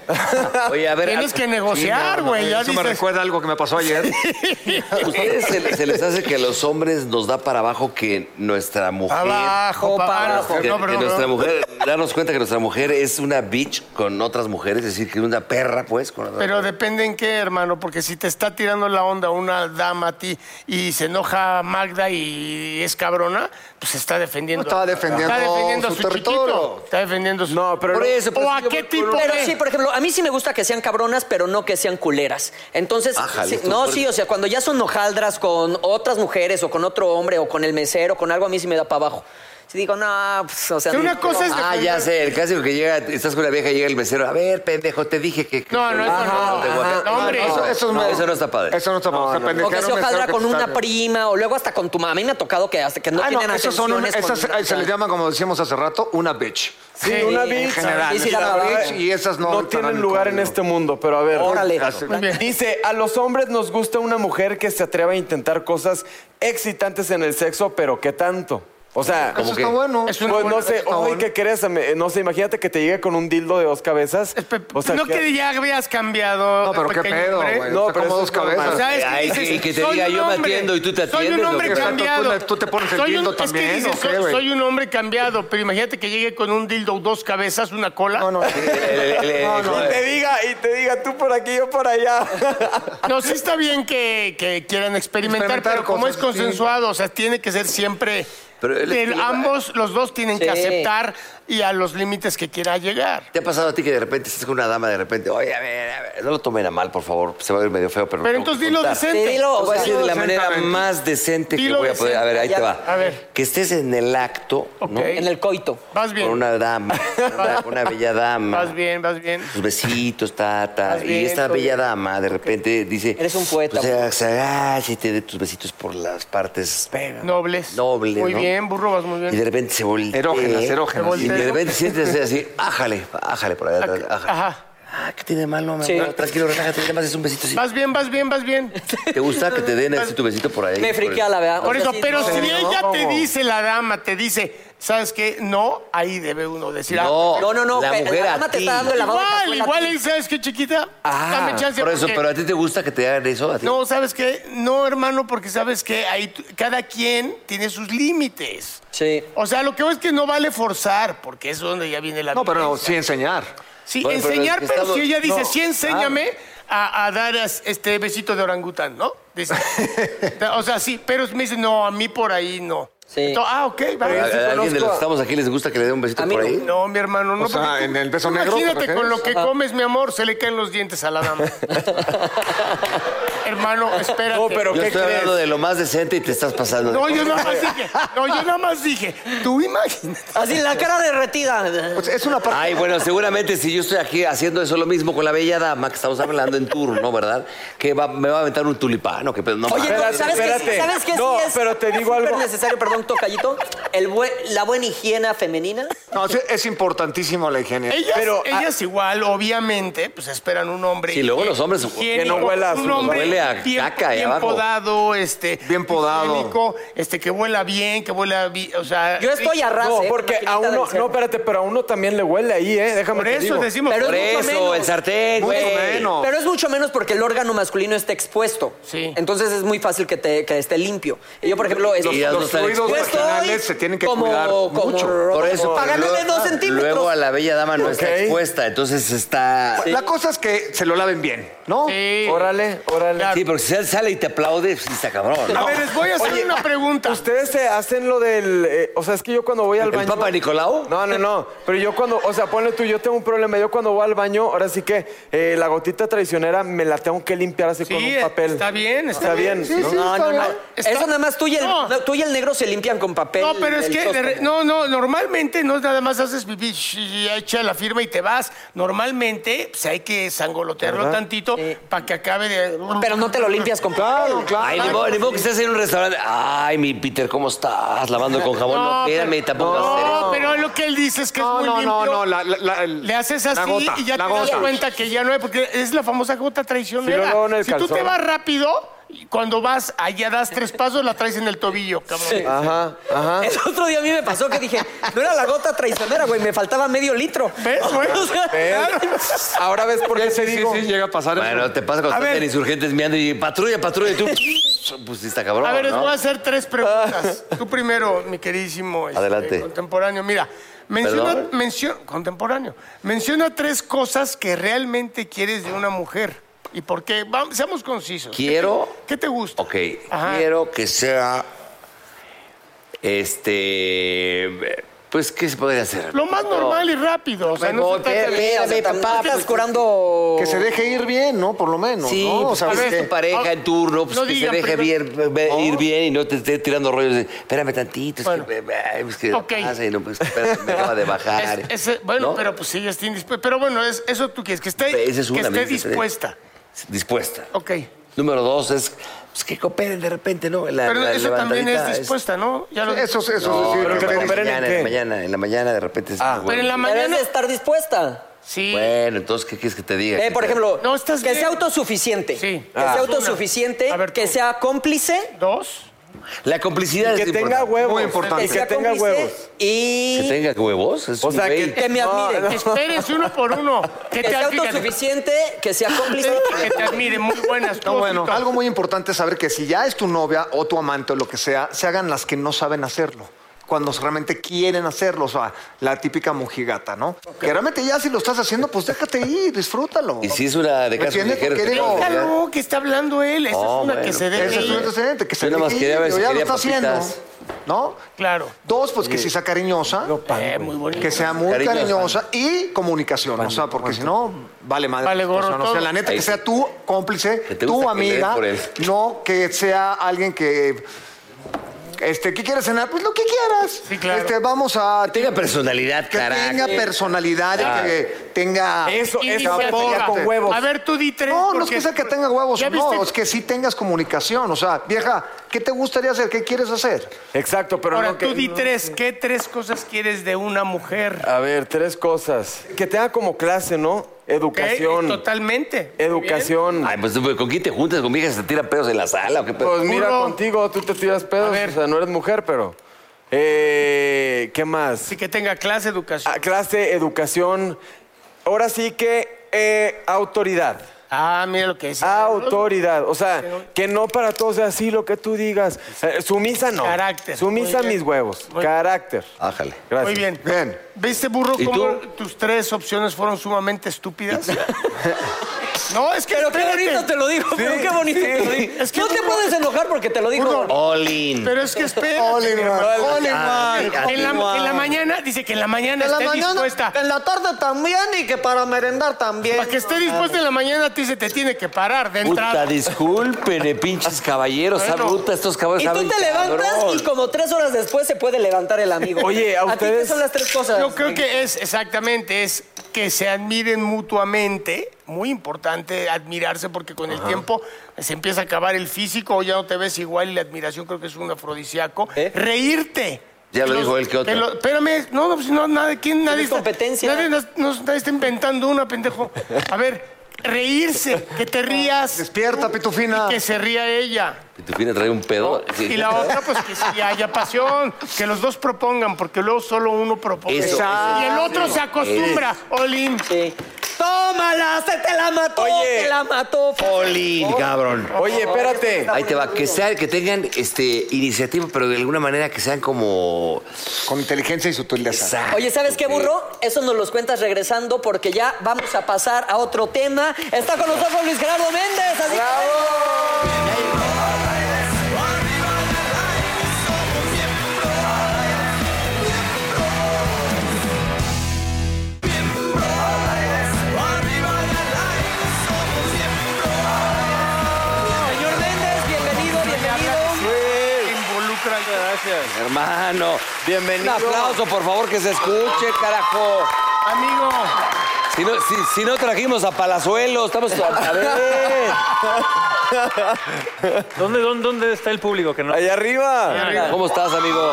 [SPEAKER 6] Oye, a ver.
[SPEAKER 4] Tienes
[SPEAKER 6] a-
[SPEAKER 4] que negociar,
[SPEAKER 5] Sí, no, no,
[SPEAKER 4] güey. ya
[SPEAKER 5] Eso me
[SPEAKER 4] dices,
[SPEAKER 5] recuerda algo que me pasó ayer.
[SPEAKER 6] ¿a ¿Ustedes se, les- se les hace que a los hombres nos da para abajo que nuestra mujer.
[SPEAKER 4] abajo,
[SPEAKER 3] Copa,
[SPEAKER 4] Ah, para abajo.
[SPEAKER 6] Que,
[SPEAKER 4] No,
[SPEAKER 6] que
[SPEAKER 4] perdón,
[SPEAKER 6] nuestra
[SPEAKER 4] perdón.
[SPEAKER 6] mujer, darnos cuenta que nuestra mujer es una bitch con otras mujeres, es decir, que una perra, pues. Con otras
[SPEAKER 4] Pero
[SPEAKER 6] mujeres.
[SPEAKER 4] depende en qué, hermano, porque si te está tirando la onda una dama a ti y se enoja Magda y es cabrona, pues está defendiendo.
[SPEAKER 5] No, estaba defendiendo
[SPEAKER 4] Está defendiendo
[SPEAKER 5] su
[SPEAKER 4] a su
[SPEAKER 5] territorio.
[SPEAKER 4] chiquito. Está defendiendo su
[SPEAKER 7] No, pero
[SPEAKER 6] Por
[SPEAKER 7] no-
[SPEAKER 6] eso, pero
[SPEAKER 4] ¿O
[SPEAKER 6] sí
[SPEAKER 4] a
[SPEAKER 6] yo
[SPEAKER 4] qué
[SPEAKER 6] voy con
[SPEAKER 4] tipo
[SPEAKER 6] una-
[SPEAKER 4] de-
[SPEAKER 3] Pero sí, por ejemplo, a mí sí me gusta que sean cabronas, pero no que sean culeras. Entonces,
[SPEAKER 6] Ájale,
[SPEAKER 3] sí,
[SPEAKER 6] esto es
[SPEAKER 3] no,
[SPEAKER 6] fuerte.
[SPEAKER 3] sí, o sea, cuando ya son hojaldras con otras mujeres o con otro hombre o con el mesero, con algo, a mí sí me da para abajo. Si digo, no, pues, o sea...
[SPEAKER 4] Que una
[SPEAKER 3] no,
[SPEAKER 4] cosa es
[SPEAKER 6] Ah, ya sé, el clásico que llega, estás con la vieja y llega el mesero. A ver, pendejo, te dije que. que-
[SPEAKER 4] No, no, eso no.
[SPEAKER 6] te voy a-
[SPEAKER 4] Ajá. No, hombre.
[SPEAKER 5] Eso, eso es
[SPEAKER 6] No,
[SPEAKER 5] medio-
[SPEAKER 6] eso no está padre.
[SPEAKER 5] Eso no está padre. O sea,
[SPEAKER 3] O que
[SPEAKER 5] pendejear
[SPEAKER 3] se
[SPEAKER 5] un mesero
[SPEAKER 3] hojaldra
[SPEAKER 5] que
[SPEAKER 3] con
[SPEAKER 5] te
[SPEAKER 3] una
[SPEAKER 5] está-
[SPEAKER 3] prima o luego hasta con tu mamá. A mí me ha tocado que hasta que no
[SPEAKER 5] Ah, no,
[SPEAKER 3] tienen
[SPEAKER 5] esas son,
[SPEAKER 3] atenciones con-
[SPEAKER 5] esas eh, se les llama, como decíamos hace rato, una bitch.
[SPEAKER 7] Sí, una bitch.
[SPEAKER 5] En general.
[SPEAKER 3] Sí, sí,
[SPEAKER 5] es una
[SPEAKER 3] la verdad.
[SPEAKER 5] bitch y esas no.
[SPEAKER 7] no
[SPEAKER 5] entrarán
[SPEAKER 7] tienen
[SPEAKER 5] en
[SPEAKER 7] lugar en
[SPEAKER 5] código.
[SPEAKER 7] este mundo, pero a ver.
[SPEAKER 3] Órale.
[SPEAKER 4] Muy bien.
[SPEAKER 7] Dice, a los hombres nos gusta una mujer que se atreva a intentar cosas excitantes en el sexo, pero ¿qué tanto? O sea,
[SPEAKER 5] Eso está bueno.
[SPEAKER 4] Es una
[SPEAKER 7] pues
[SPEAKER 4] buena-
[SPEAKER 7] no sé,
[SPEAKER 5] está
[SPEAKER 7] hoy
[SPEAKER 5] bueno.
[SPEAKER 7] ¿qué crees? Me- eh, No sé, imagínate que te llegue con un dildo de dos cabezas.
[SPEAKER 4] Espe-
[SPEAKER 7] O sea,
[SPEAKER 4] no
[SPEAKER 7] que-
[SPEAKER 4] que ya habías cambiado.
[SPEAKER 5] No, pero qué
[SPEAKER 4] pequeño
[SPEAKER 5] pedo,
[SPEAKER 4] hombre.
[SPEAKER 5] güey.
[SPEAKER 7] No,
[SPEAKER 5] No,
[SPEAKER 7] pero
[SPEAKER 5] pero como
[SPEAKER 7] eso
[SPEAKER 5] dos
[SPEAKER 7] es normal.
[SPEAKER 4] O
[SPEAKER 5] cabezas.
[SPEAKER 4] sea, es
[SPEAKER 6] Ay,
[SPEAKER 4] dices,
[SPEAKER 6] y que te
[SPEAKER 4] soy
[SPEAKER 6] diga,
[SPEAKER 4] un
[SPEAKER 6] yo me
[SPEAKER 4] hombre,
[SPEAKER 6] atiendo y tú
[SPEAKER 4] Soy
[SPEAKER 6] te atiendes,
[SPEAKER 4] un
[SPEAKER 6] ¿o
[SPEAKER 4] hombre
[SPEAKER 6] qué?
[SPEAKER 5] Exacto, tú
[SPEAKER 4] cambiado.
[SPEAKER 5] te- tú te pones el
[SPEAKER 4] soy
[SPEAKER 5] dildo
[SPEAKER 4] un, es que
[SPEAKER 5] también,
[SPEAKER 4] dices,
[SPEAKER 5] ¿o qué,
[SPEAKER 4] soy-
[SPEAKER 5] güey?
[SPEAKER 4] soy un hombre cambiado, pero imagínate que llegue con un dildo, dos cabezas, una cola.
[SPEAKER 5] No, no. No, no.
[SPEAKER 7] Y te diga, y te diga tú por aquí, yo por allá.
[SPEAKER 4] No, sí está bien que, que quieran experimentar,
[SPEAKER 5] Experimentar
[SPEAKER 4] pero como es
[SPEAKER 5] cosas distintas.
[SPEAKER 4] consensuado, o sea, tiene que ser siempre...
[SPEAKER 6] Pero él
[SPEAKER 4] de-
[SPEAKER 6] es que-
[SPEAKER 4] ambos, los dos tienen que
[SPEAKER 3] Sí.
[SPEAKER 4] aceptar y a los límites que quiera llegar.
[SPEAKER 6] ¿Te ha pasado a ti que de repente estás con una dama, de repente, oye, a ver, a ver, no lo tomen a mal, por favor, se va a ver medio feo, pero... lo
[SPEAKER 4] Pero
[SPEAKER 6] tengo que
[SPEAKER 4] entonces dilo
[SPEAKER 6] contar.
[SPEAKER 4] decente.
[SPEAKER 3] Sí, dilo,
[SPEAKER 6] Te
[SPEAKER 3] o
[SPEAKER 6] voy a
[SPEAKER 3] sea,
[SPEAKER 6] decir de la manera
[SPEAKER 5] decentamente.
[SPEAKER 6] más decente que
[SPEAKER 4] Dilo
[SPEAKER 6] voy a poder... A ver, ahí te va.
[SPEAKER 3] decente,
[SPEAKER 4] ya. A ver.
[SPEAKER 6] Que estés en el acto, ¿no?
[SPEAKER 4] Ok.
[SPEAKER 3] en el coito.
[SPEAKER 4] Vas bien,
[SPEAKER 6] Con una dama, una, una bella dama.
[SPEAKER 4] vas bien, vas bien.
[SPEAKER 6] Sus besitos, ta, ta.
[SPEAKER 4] Vas
[SPEAKER 6] Y
[SPEAKER 4] bien,
[SPEAKER 6] esta
[SPEAKER 4] todo
[SPEAKER 6] bella dama de repente dice... "Pues,
[SPEAKER 3] Eres un poeta,
[SPEAKER 6] O sea, se agacha y te dé tus besitos por las partes...
[SPEAKER 4] Nobles.
[SPEAKER 6] Nobles,
[SPEAKER 4] Muy
[SPEAKER 6] ¿no?
[SPEAKER 4] bien, burro, vas muy
[SPEAKER 6] Y de
[SPEAKER 4] bien.
[SPEAKER 6] repente se voltea.
[SPEAKER 5] Erógenas, erógenas.
[SPEAKER 6] Y de repente sientes así, ájale, ájale por allá atrás, ájale.
[SPEAKER 4] Ajá.
[SPEAKER 6] Ah, ¿qué tiene de malo, mi
[SPEAKER 3] Sí.
[SPEAKER 6] amor? Tranquilo, relájate, nada más es un besito así.
[SPEAKER 4] Vas bien, vas bien, vas bien.
[SPEAKER 6] ¿Te gusta que te den así tu besito por ahí?
[SPEAKER 3] Me
[SPEAKER 6] Por el-
[SPEAKER 3] friquea la verdad.
[SPEAKER 4] Por
[SPEAKER 3] O sea,
[SPEAKER 4] eso,
[SPEAKER 3] sí,
[SPEAKER 4] pero
[SPEAKER 3] no.
[SPEAKER 4] si ella te
[SPEAKER 7] ¿Cómo?
[SPEAKER 4] dice, la dama te dice, ¿sabes qué? No, ahí debe uno decir. ah,
[SPEAKER 6] No,
[SPEAKER 3] No, no, no.
[SPEAKER 6] La
[SPEAKER 3] pe-
[SPEAKER 6] mujer
[SPEAKER 3] la
[SPEAKER 6] a
[SPEAKER 3] dama te
[SPEAKER 6] ti.
[SPEAKER 3] está dando el lavado de
[SPEAKER 4] Igual,
[SPEAKER 3] cazuela a
[SPEAKER 4] igual,
[SPEAKER 3] ti.
[SPEAKER 4] y ¿sabes qué, chiquita? Dame chance.
[SPEAKER 6] Ah, Por eso,
[SPEAKER 4] porque-
[SPEAKER 6] pero a ti te gusta que te hagan eso. ¿A ti?
[SPEAKER 4] No, ¿sabes qué? No, hermano, porque ¿sabes qué? Ahí tú- cada quien tiene sus límites.
[SPEAKER 3] Sí.
[SPEAKER 4] O sea, lo que veo es que no vale forzar, porque es donde ya viene la
[SPEAKER 5] No, pero no,
[SPEAKER 4] violencia.
[SPEAKER 5] sí enseñar.
[SPEAKER 4] Sí,
[SPEAKER 6] Bueno, pero
[SPEAKER 4] enseñar,
[SPEAKER 6] es
[SPEAKER 4] pero,
[SPEAKER 6] que estamos-
[SPEAKER 4] si ella dice,
[SPEAKER 6] no,
[SPEAKER 4] sí, enséñame a, a dar as- este besito de orangután, ¿no? Dice. o sea, sí, pero me dice, no, a mí por ahí no.
[SPEAKER 3] Sí.
[SPEAKER 4] Entonces, ah, ok,
[SPEAKER 6] ¿A,
[SPEAKER 4] vale.
[SPEAKER 6] a-
[SPEAKER 4] sí
[SPEAKER 6] a alguien
[SPEAKER 4] conozco
[SPEAKER 6] de los que
[SPEAKER 4] a-
[SPEAKER 6] estamos aquí les gusta que le den un besito
[SPEAKER 3] A mí
[SPEAKER 6] por
[SPEAKER 3] no.
[SPEAKER 6] ahí?
[SPEAKER 4] No, mi hermano, no.
[SPEAKER 5] O sea,
[SPEAKER 4] porque tú-
[SPEAKER 5] en el beso negro,
[SPEAKER 4] Imagínate
[SPEAKER 5] ¿te
[SPEAKER 4] con lo que
[SPEAKER 5] refieres?
[SPEAKER 4] comes, mi amor, se le caen los dientes a la dama. hermano, espérate.
[SPEAKER 7] No, pero
[SPEAKER 6] Yo
[SPEAKER 7] ¿qué
[SPEAKER 6] estoy hablando
[SPEAKER 7] crees?
[SPEAKER 6] de lo más decente y te estás pasando. de-
[SPEAKER 4] No, yo nada más dije, no, yo nada más dije, tú imagínate.
[SPEAKER 3] Así la cara derretida.
[SPEAKER 5] Pues es una parte.
[SPEAKER 6] Ay, bueno, seguramente si yo estoy aquí haciendo eso lo mismo con la bella dama que estamos hablando en turno, ¿verdad? Que va- me va a aventar un tulipán o que pero no
[SPEAKER 3] Oye,
[SPEAKER 6] mames.
[SPEAKER 3] no,
[SPEAKER 7] Espérate,
[SPEAKER 3] ¿sabes qué sí,
[SPEAKER 7] espérate.
[SPEAKER 3] ¿sabes qué sí
[SPEAKER 7] No,
[SPEAKER 3] es
[SPEAKER 7] pero te digo
[SPEAKER 3] súper
[SPEAKER 7] algo.
[SPEAKER 3] necesario, perdón, tocallito? El buen- la buena higiene femenina
[SPEAKER 5] No, sí, es importantísimo la higiene.
[SPEAKER 4] Ellas,
[SPEAKER 7] Pero, ah-
[SPEAKER 4] ellas igual, obviamente, pues esperan un hombre.
[SPEAKER 6] Sí, luego
[SPEAKER 4] higien-
[SPEAKER 6] los hombres,
[SPEAKER 7] que no huela a
[SPEAKER 4] un
[SPEAKER 7] sudor.
[SPEAKER 4] hombre
[SPEAKER 6] Huele a
[SPEAKER 4] bien,
[SPEAKER 6] caca ahí
[SPEAKER 4] bien
[SPEAKER 6] abajo.
[SPEAKER 4] podado, este,
[SPEAKER 5] Bien podado.
[SPEAKER 4] higiénico, este, que huela bien, que huela bien, o sea.
[SPEAKER 3] Yo estoy a ras,
[SPEAKER 7] No,
[SPEAKER 3] eh,
[SPEAKER 7] porque
[SPEAKER 3] con la
[SPEAKER 7] a
[SPEAKER 3] maquinita
[SPEAKER 7] uno,
[SPEAKER 3] del
[SPEAKER 7] no,
[SPEAKER 3] cerdo.
[SPEAKER 7] espérate, pero a uno también le huele ahí, ¿eh? Déjame
[SPEAKER 4] Por
[SPEAKER 7] te
[SPEAKER 4] eso
[SPEAKER 7] digo.
[SPEAKER 4] decimos.
[SPEAKER 3] Pero
[SPEAKER 6] Por
[SPEAKER 3] es mucho
[SPEAKER 6] eso,
[SPEAKER 3] menos.
[SPEAKER 6] el sartén,
[SPEAKER 5] Mucho
[SPEAKER 6] güey.
[SPEAKER 5] menos.
[SPEAKER 3] Pero es mucho menos porque el órgano masculino está expuesto.
[SPEAKER 4] Sí.
[SPEAKER 3] Entonces es muy fácil que, te, que esté limpio. Y yo, por ejemplo, es-
[SPEAKER 6] Y ya no
[SPEAKER 5] los
[SPEAKER 6] están
[SPEAKER 5] fluidos
[SPEAKER 3] yo
[SPEAKER 6] expuestos.
[SPEAKER 5] vaginales se tienen que cuidar mucho.
[SPEAKER 6] Por eso. pero
[SPEAKER 3] Págalo de
[SPEAKER 6] luego-
[SPEAKER 3] dos centímetros.
[SPEAKER 6] Luego a la bella dama no
[SPEAKER 7] Ok.
[SPEAKER 6] está expuesta, entonces está...
[SPEAKER 4] Pues,
[SPEAKER 5] La cosa es que se lo laven bien, ¿no?
[SPEAKER 4] Sí.
[SPEAKER 7] Órale, órale.
[SPEAKER 6] Sí, porque si él sale y te aplaude, sí está cabrón.
[SPEAKER 4] A ver, les voy a hacer
[SPEAKER 7] Oye,
[SPEAKER 4] una pregunta.
[SPEAKER 7] Ustedes se hacen lo del. eh, o sea, es que yo cuando voy al
[SPEAKER 6] ¿El
[SPEAKER 7] baño.
[SPEAKER 6] Papa Nicolau?
[SPEAKER 7] No, no, no. Pero yo cuando. O sea, ponle tú, yo tengo un problema. Yo cuando voy al baño, ahora sí que eh, la gotita traicionera me la tengo que limpiar así con
[SPEAKER 4] Sí,
[SPEAKER 7] un papel.
[SPEAKER 4] está bien, está
[SPEAKER 7] bien. ¿no?
[SPEAKER 3] No, no, no.
[SPEAKER 4] Está-
[SPEAKER 3] Eso nada más tú y, el,
[SPEAKER 4] No.
[SPEAKER 3] no, tú y el negro se limpian con papel.
[SPEAKER 4] No, pero es
[SPEAKER 3] del
[SPEAKER 4] que de re-
[SPEAKER 3] tóstomo.
[SPEAKER 4] no, no, normalmente no es nada más haces pipí, sh- y echa la firma y te vas. Normalmente pues, hay que sangolotearlo tantito para que acabe de.
[SPEAKER 3] Pero no te lo limpias con papel.
[SPEAKER 6] Ay, ni modo, ni modo que estés en un restaurante. Ay, mi Peter, ¿cómo estás? Lavando con jabón. No,
[SPEAKER 4] No,
[SPEAKER 6] espérame,
[SPEAKER 4] pero-
[SPEAKER 6] tampoco hacer eso.
[SPEAKER 4] No, pero lo que él dice es que
[SPEAKER 5] No,
[SPEAKER 4] es muy
[SPEAKER 5] no, no,
[SPEAKER 4] limpio.
[SPEAKER 5] no. la- la- la- el-
[SPEAKER 4] Le haces así
[SPEAKER 5] la gota,
[SPEAKER 4] y ya
[SPEAKER 5] la
[SPEAKER 4] te das
[SPEAKER 5] gota.
[SPEAKER 4] cuenta que ya no hay, porque es la famosa gota traicionera.
[SPEAKER 7] Sí, luego en el
[SPEAKER 4] si tú te
[SPEAKER 7] calzón.
[SPEAKER 4] vas rápido, y cuando vas allá das tres pasos, la traes en el tobillo, cabrón.
[SPEAKER 7] Ajá, ajá.
[SPEAKER 3] El otro día a mí me pasó que dije, no era la gota traicionera, güey, me faltaba medio litro.
[SPEAKER 4] ¿Ves, güey?
[SPEAKER 3] O sea,
[SPEAKER 7] Ahora ves por qué te
[SPEAKER 5] Sí,
[SPEAKER 7] digo.
[SPEAKER 5] sí, llega a pasar.
[SPEAKER 6] Bueno, te pasa cuando
[SPEAKER 4] A
[SPEAKER 6] estás
[SPEAKER 4] ver.
[SPEAKER 6] en insurgentes mirando y patrulla, patrulla, y tú. Pues sí está cabrón.
[SPEAKER 4] A ver, les
[SPEAKER 6] ¿no?
[SPEAKER 4] voy a hacer tres preguntas. Tú primero, mi queridísimo este,
[SPEAKER 6] Adelante.
[SPEAKER 4] contemporáneo. Mira, menciona,
[SPEAKER 6] ¿Perdón?
[SPEAKER 4] mencio- contemporáneo, menciona tres cosas que realmente quieres de una mujer. ¿Y por qué? Vamos, seamos concisos.
[SPEAKER 6] Quiero.
[SPEAKER 4] ¿Qué te gusta?
[SPEAKER 6] Ok,
[SPEAKER 4] Ajá.
[SPEAKER 6] quiero que sea. Este. Pues, ¿qué se podría hacer?
[SPEAKER 4] Lo más normal y rápido. O sea,
[SPEAKER 6] Bueno,
[SPEAKER 4] no se trata de-
[SPEAKER 6] espérame,
[SPEAKER 3] espérame,
[SPEAKER 6] papá,
[SPEAKER 3] papá, estás
[SPEAKER 6] pues,
[SPEAKER 3] curando...
[SPEAKER 5] Que se deje ir bien, ¿no? Por lo menos,
[SPEAKER 6] Sí,
[SPEAKER 5] ¿no? este,
[SPEAKER 6] pues,
[SPEAKER 4] a
[SPEAKER 6] que
[SPEAKER 4] ver,
[SPEAKER 6] es tu pareja en turno, pues
[SPEAKER 4] no
[SPEAKER 6] que
[SPEAKER 4] digan
[SPEAKER 6] se deje
[SPEAKER 4] primero-
[SPEAKER 6] bien, ve- ir bien y no te esté tirando rollos de, espérame tantito, es
[SPEAKER 4] Bueno.
[SPEAKER 6] que, eh, ay, es que
[SPEAKER 4] Ok.
[SPEAKER 6] pasa y no, pues, espérate, me acaba de bajar.
[SPEAKER 4] Es- es- bueno,
[SPEAKER 6] ¿No?
[SPEAKER 4] pero pues sí, está indispuesta. Pero bueno, es, eso tú quieres, que esté,
[SPEAKER 6] Esa es una,
[SPEAKER 4] que esté
[SPEAKER 6] me ¿eh? dice,
[SPEAKER 4] dispuesta.
[SPEAKER 6] Dispuesta.
[SPEAKER 4] Ok.
[SPEAKER 6] Número dos es pues, que cooperen de repente, ¿no? La-
[SPEAKER 4] Pero
[SPEAKER 6] la
[SPEAKER 4] eso también es
[SPEAKER 6] levantadita es-
[SPEAKER 4] dispuesta, ¿no? Ya lo-
[SPEAKER 5] Eso, eso es
[SPEAKER 6] No,
[SPEAKER 5] decir,
[SPEAKER 6] pero
[SPEAKER 5] que
[SPEAKER 6] que
[SPEAKER 5] te-
[SPEAKER 7] cooperen
[SPEAKER 6] cooperen en,
[SPEAKER 7] en
[SPEAKER 6] la
[SPEAKER 7] qué?
[SPEAKER 6] mañana, en la mañana de repente. es-
[SPEAKER 7] Ah.
[SPEAKER 6] güey,
[SPEAKER 4] Pero en la
[SPEAKER 3] Pero es
[SPEAKER 4] mañana.
[SPEAKER 3] de estar dispuesta.
[SPEAKER 4] Sí.
[SPEAKER 6] Bueno, entonces, ¿qué quieres que te diga?
[SPEAKER 3] Eh, por ejemplo,
[SPEAKER 4] No, estás
[SPEAKER 3] que
[SPEAKER 4] bien.
[SPEAKER 3] sea autosuficiente.
[SPEAKER 4] Sí.
[SPEAKER 3] Que
[SPEAKER 4] Ah.
[SPEAKER 3] sea autosuficiente,
[SPEAKER 4] A ver, tú.
[SPEAKER 3] que sea cómplice.
[SPEAKER 4] Dos.
[SPEAKER 6] La complicidad es
[SPEAKER 7] Que tenga
[SPEAKER 6] importante.
[SPEAKER 7] huevos.
[SPEAKER 5] Muy importante.
[SPEAKER 7] Y
[SPEAKER 3] Que
[SPEAKER 7] que
[SPEAKER 3] sea
[SPEAKER 7] tenga
[SPEAKER 3] cómplice
[SPEAKER 7] huevos.
[SPEAKER 3] Y
[SPEAKER 6] Que tenga huevos. Es
[SPEAKER 7] O
[SPEAKER 6] un
[SPEAKER 7] sea, que-
[SPEAKER 6] güey.
[SPEAKER 3] que me
[SPEAKER 7] No,
[SPEAKER 3] admire.
[SPEAKER 7] no.
[SPEAKER 4] Espérese uno por uno. Que
[SPEAKER 3] Que
[SPEAKER 4] te
[SPEAKER 3] sea
[SPEAKER 4] admiren.
[SPEAKER 3] autosuficiente, que sea cómplice.
[SPEAKER 4] Que te admire. Muy buenas. tú,
[SPEAKER 5] No, bueno,
[SPEAKER 4] Osito.
[SPEAKER 5] algo muy importante es saber que si ya es tu novia o tu amante o lo que sea, se hagan las que no saben hacerlo. Cuando realmente quieren hacerlo, o sea, la típica mojigata, ¿no? Que realmente ya si lo estás haciendo, pues déjate ir, disfrútalo. Pues,
[SPEAKER 6] Y si es una de
[SPEAKER 5] ¿Me
[SPEAKER 6] caso
[SPEAKER 5] entiendes?
[SPEAKER 6] ligero,
[SPEAKER 5] Porque
[SPEAKER 6] que
[SPEAKER 5] digo,
[SPEAKER 6] tenga
[SPEAKER 5] esa
[SPEAKER 4] Déjalo, que está hablando él. Esa
[SPEAKER 6] Oh,
[SPEAKER 4] es una
[SPEAKER 6] bueno,
[SPEAKER 4] que se
[SPEAKER 6] ese
[SPEAKER 4] debe.
[SPEAKER 5] es un
[SPEAKER 4] ir.
[SPEAKER 5] antecedente, que se
[SPEAKER 6] Yo nada más
[SPEAKER 5] deje
[SPEAKER 6] quería ver
[SPEAKER 5] ir,
[SPEAKER 6] si
[SPEAKER 5] ya lo
[SPEAKER 6] quería
[SPEAKER 5] está haciendo,
[SPEAKER 6] papitas.
[SPEAKER 5] ¿no?
[SPEAKER 4] Claro.
[SPEAKER 5] Dos, pues que sí sea cariñosa,
[SPEAKER 4] Eh, muy bonito.
[SPEAKER 5] que sea muy
[SPEAKER 6] Cariñosa.
[SPEAKER 5] cariñosa y comunicación, o sea, porque si no, vale madre.
[SPEAKER 4] Vale
[SPEAKER 5] la
[SPEAKER 4] gorro
[SPEAKER 5] persona. O sea,
[SPEAKER 4] todo.
[SPEAKER 5] la neta,
[SPEAKER 6] Ahí
[SPEAKER 5] que
[SPEAKER 6] sí.
[SPEAKER 5] sea tu cómplice,
[SPEAKER 6] Que te
[SPEAKER 5] tu
[SPEAKER 6] gusta que le den
[SPEAKER 5] amiga,
[SPEAKER 6] por él.
[SPEAKER 5] no que sea alguien que... Este, ¿qué quieres cenar? Pues lo que quieras.
[SPEAKER 4] Sí, claro.
[SPEAKER 5] Este, vamos a...
[SPEAKER 6] Que tenga personalidad, Ah.
[SPEAKER 5] Que tenga
[SPEAKER 6] carácter.
[SPEAKER 5] personalidad y que tenga...
[SPEAKER 7] Eso,
[SPEAKER 4] Y
[SPEAKER 7] eso,
[SPEAKER 4] dice,
[SPEAKER 7] ya con huevos.
[SPEAKER 4] A ver, tú di tres.
[SPEAKER 5] No, no es
[SPEAKER 4] porque-
[SPEAKER 5] que sea que tenga huevos
[SPEAKER 4] ¿Ya
[SPEAKER 5] o no,
[SPEAKER 4] viste?
[SPEAKER 5] es que sí tengas comunicación. O sea, vieja, ¿qué te gustaría hacer? ¿Qué quieres hacer?
[SPEAKER 7] Exacto, pero
[SPEAKER 4] Ahora
[SPEAKER 7] no que.
[SPEAKER 4] tú di tres. ¿Qué tres cosas quieres de una mujer?
[SPEAKER 7] A ver, tres cosas. Que tenga como clase, ¿no?
[SPEAKER 4] ¿Ok?
[SPEAKER 7] Educación.
[SPEAKER 4] Totalmente.
[SPEAKER 7] Educación.
[SPEAKER 6] Ay, pues tú, ¿con quién te juntas? ¿Con viejas que se tiran pedos en la sala o qué pedo?
[SPEAKER 7] Pues mira,
[SPEAKER 4] Burro.
[SPEAKER 7] contigo tú te tiras
[SPEAKER 4] A
[SPEAKER 7] pedos,
[SPEAKER 4] ver.
[SPEAKER 7] o sea, no eres mujer, pero... Eh, ¿Qué más?
[SPEAKER 4] Así que tenga clase, educación.
[SPEAKER 7] Ah, clase, educación. Ahora sí que eh, autoridad.
[SPEAKER 4] Ah, mira lo que dice.
[SPEAKER 7] Autoridad. O sea, que no para todos sea así lo que tú digas. Eh, sumisa no.
[SPEAKER 4] Carácter.
[SPEAKER 7] Sumisa
[SPEAKER 4] Muy bien.
[SPEAKER 7] mis huevos.
[SPEAKER 4] Muy-
[SPEAKER 7] Carácter.
[SPEAKER 6] Ájale.
[SPEAKER 7] Gracias.
[SPEAKER 4] Muy bien.
[SPEAKER 5] Bien.
[SPEAKER 4] ¿Viste, burro,
[SPEAKER 6] ¿Y
[SPEAKER 4] cómo
[SPEAKER 6] tú?
[SPEAKER 4] tus tres opciones fueron sumamente estúpidas? no, es que.
[SPEAKER 3] Pero qué
[SPEAKER 4] espérate.
[SPEAKER 3] bonito te lo digo, pero qué bonito te lo digo.
[SPEAKER 4] Es que
[SPEAKER 3] no te
[SPEAKER 4] uno-
[SPEAKER 3] puedes enojar porque te lo digo.
[SPEAKER 6] All in.
[SPEAKER 4] Pero es que espera.
[SPEAKER 5] Ole, man, ole, man.
[SPEAKER 4] En la, en la mañana, dice que en la mañana esté dispuesta.
[SPEAKER 3] la tarde también y que para merendar también. Ah,
[SPEAKER 4] Para que esté dispuesta en la mañana, a ti se te tiene que parar de
[SPEAKER 6] Puta,
[SPEAKER 4] entrada.
[SPEAKER 6] discúlpene, pinches caballeros.
[SPEAKER 4] Bueno.
[SPEAKER 6] ah, puta, estos caballeros
[SPEAKER 3] Y tú
[SPEAKER 6] saben
[SPEAKER 3] te levantas
[SPEAKER 6] cabrón.
[SPEAKER 3] y como tres horas después se puede levantar el amigo.
[SPEAKER 7] Oye, ¿a
[SPEAKER 3] ti qué
[SPEAKER 7] ustedes-
[SPEAKER 3] son las tres cosas?
[SPEAKER 4] Yo creo que es exactamente, es que se admiren mutuamente. Muy importante admirarse porque con el tiempo se empieza a
[SPEAKER 3] ¿Eh?
[SPEAKER 4] acabar el físico, ya no te ves igual y la admiración creo que es un afrodisíaco. Reírte.
[SPEAKER 6] Ya lo
[SPEAKER 4] Los-
[SPEAKER 6] dijo él que
[SPEAKER 4] que
[SPEAKER 6] otro.
[SPEAKER 4] lo- espérame, no, no, pues no, nadie, ¿quién, nadie
[SPEAKER 3] es competencia.
[SPEAKER 4] Nadie nos, nos- nadie está inventando una, pendejo. A ver, reírse, que te rías.
[SPEAKER 5] Despierta, pitufina.
[SPEAKER 4] Y que se ría ella.
[SPEAKER 6] Y tu fina trae un pedo. Sí.
[SPEAKER 4] Y la otra, pues que sí haya pasión. Que los dos propongan, porque luego solo uno propone.
[SPEAKER 6] Eso, Eh.
[SPEAKER 4] Y el otro se acostumbra. Olin.
[SPEAKER 3] Sí. ¡Tómala! ¡Se te la mató!
[SPEAKER 7] Oye.
[SPEAKER 3] ¡Te la mató!
[SPEAKER 8] Olin, cabrón.
[SPEAKER 7] Oye, espérate.
[SPEAKER 6] Ahí te va, que sea, que tengan este iniciativa, pero de alguna manera que sean como.
[SPEAKER 5] Con inteligencia y sutileza.
[SPEAKER 6] Exacto.
[SPEAKER 3] Oye, ¿sabes
[SPEAKER 9] Este,
[SPEAKER 3] qué, burro? Eso nos los cuentas regresando porque ya vamos a pasar a otro tema. Está con nosotros Luis Gerardo Méndez. Así que- Señor Méndez, bienvenido, bienvenido.
[SPEAKER 4] Involucra al-
[SPEAKER 6] Hermano, bienvenido. Un aplauso, por favor, que se escuche, carajo.
[SPEAKER 4] Amigo,
[SPEAKER 6] Si no, si, si no trajimos a Palazuelos, estamos a, a ver.
[SPEAKER 9] ¿Dónde, dónde, dónde está el público que no?
[SPEAKER 7] Allá arriba.
[SPEAKER 6] ¿Cómo estás, amigo?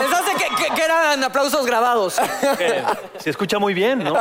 [SPEAKER 3] Pensaste que, que- que eran aplausos grabados.
[SPEAKER 9] Eh, Se escucha muy bien, ¿no?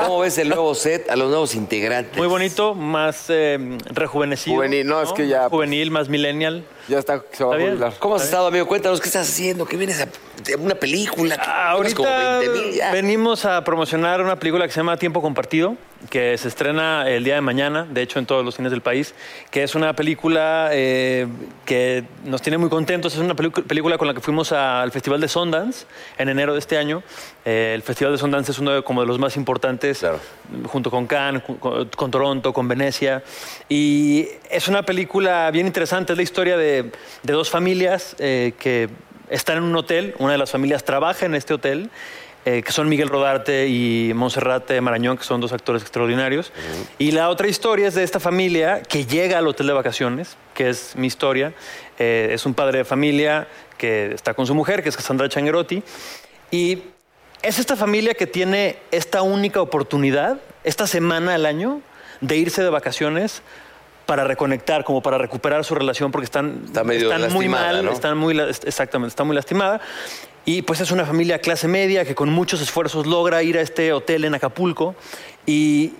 [SPEAKER 6] ¿Cómo ves el nuevo set, a los nuevos integrantes?
[SPEAKER 9] Muy bonito, más eh, rejuvenecido.
[SPEAKER 7] Juvenil, no, es que ya, pues,
[SPEAKER 9] Juvenil, más millennial.
[SPEAKER 7] Ya está, se va a
[SPEAKER 9] Está bien.
[SPEAKER 7] jubilar.
[SPEAKER 6] ¿Cómo has estado, amigo? Cuéntanos, ¿qué estás haciendo? ¿Qué vienes a de una película? ¿Qué- tienes como
[SPEAKER 9] Ah, Ahorita
[SPEAKER 6] 20,000 ya?
[SPEAKER 9] venimos a promocionar una película que se llama Tiempo Compartido, que se estrena el día de mañana, de hecho en todos los cines del país, que es una película eh, que nos tiene muy contentos. Es una pelicu- película con la que fuimos al Festival de Sundance en enero de este año. Eh, el Festival de Sundance es uno de, como de los más importantes,
[SPEAKER 6] Claro.
[SPEAKER 9] junto con Cannes, cu- con, con Toronto, con Venecia. Y es una película bien interesante, es la historia de, de dos familias eh, que están en un hotel, una de las familias trabaja en este hotel, eh, que son Miguel Rodarte y Montserrat Marañón, que son dos actores extraordinarios. Y la otra historia es de esta familia que llega al hotel de vacaciones, que es mi historia. Eh, es un padre de familia que está con su mujer, que es Cassandra Changuerotti. Y es esta familia que tiene esta única oportunidad, esta semana al año, de irse de vacaciones para reconectar, como para recuperar su relación, porque están,
[SPEAKER 6] Está medio
[SPEAKER 9] están muy
[SPEAKER 6] lastimada,
[SPEAKER 9] mal,
[SPEAKER 6] ¿no?
[SPEAKER 9] están muy, la- exactamente, está muy lastimada. Y pues es una familia clase media que con muchos esfuerzos logra ir a este hotel en Acapulco y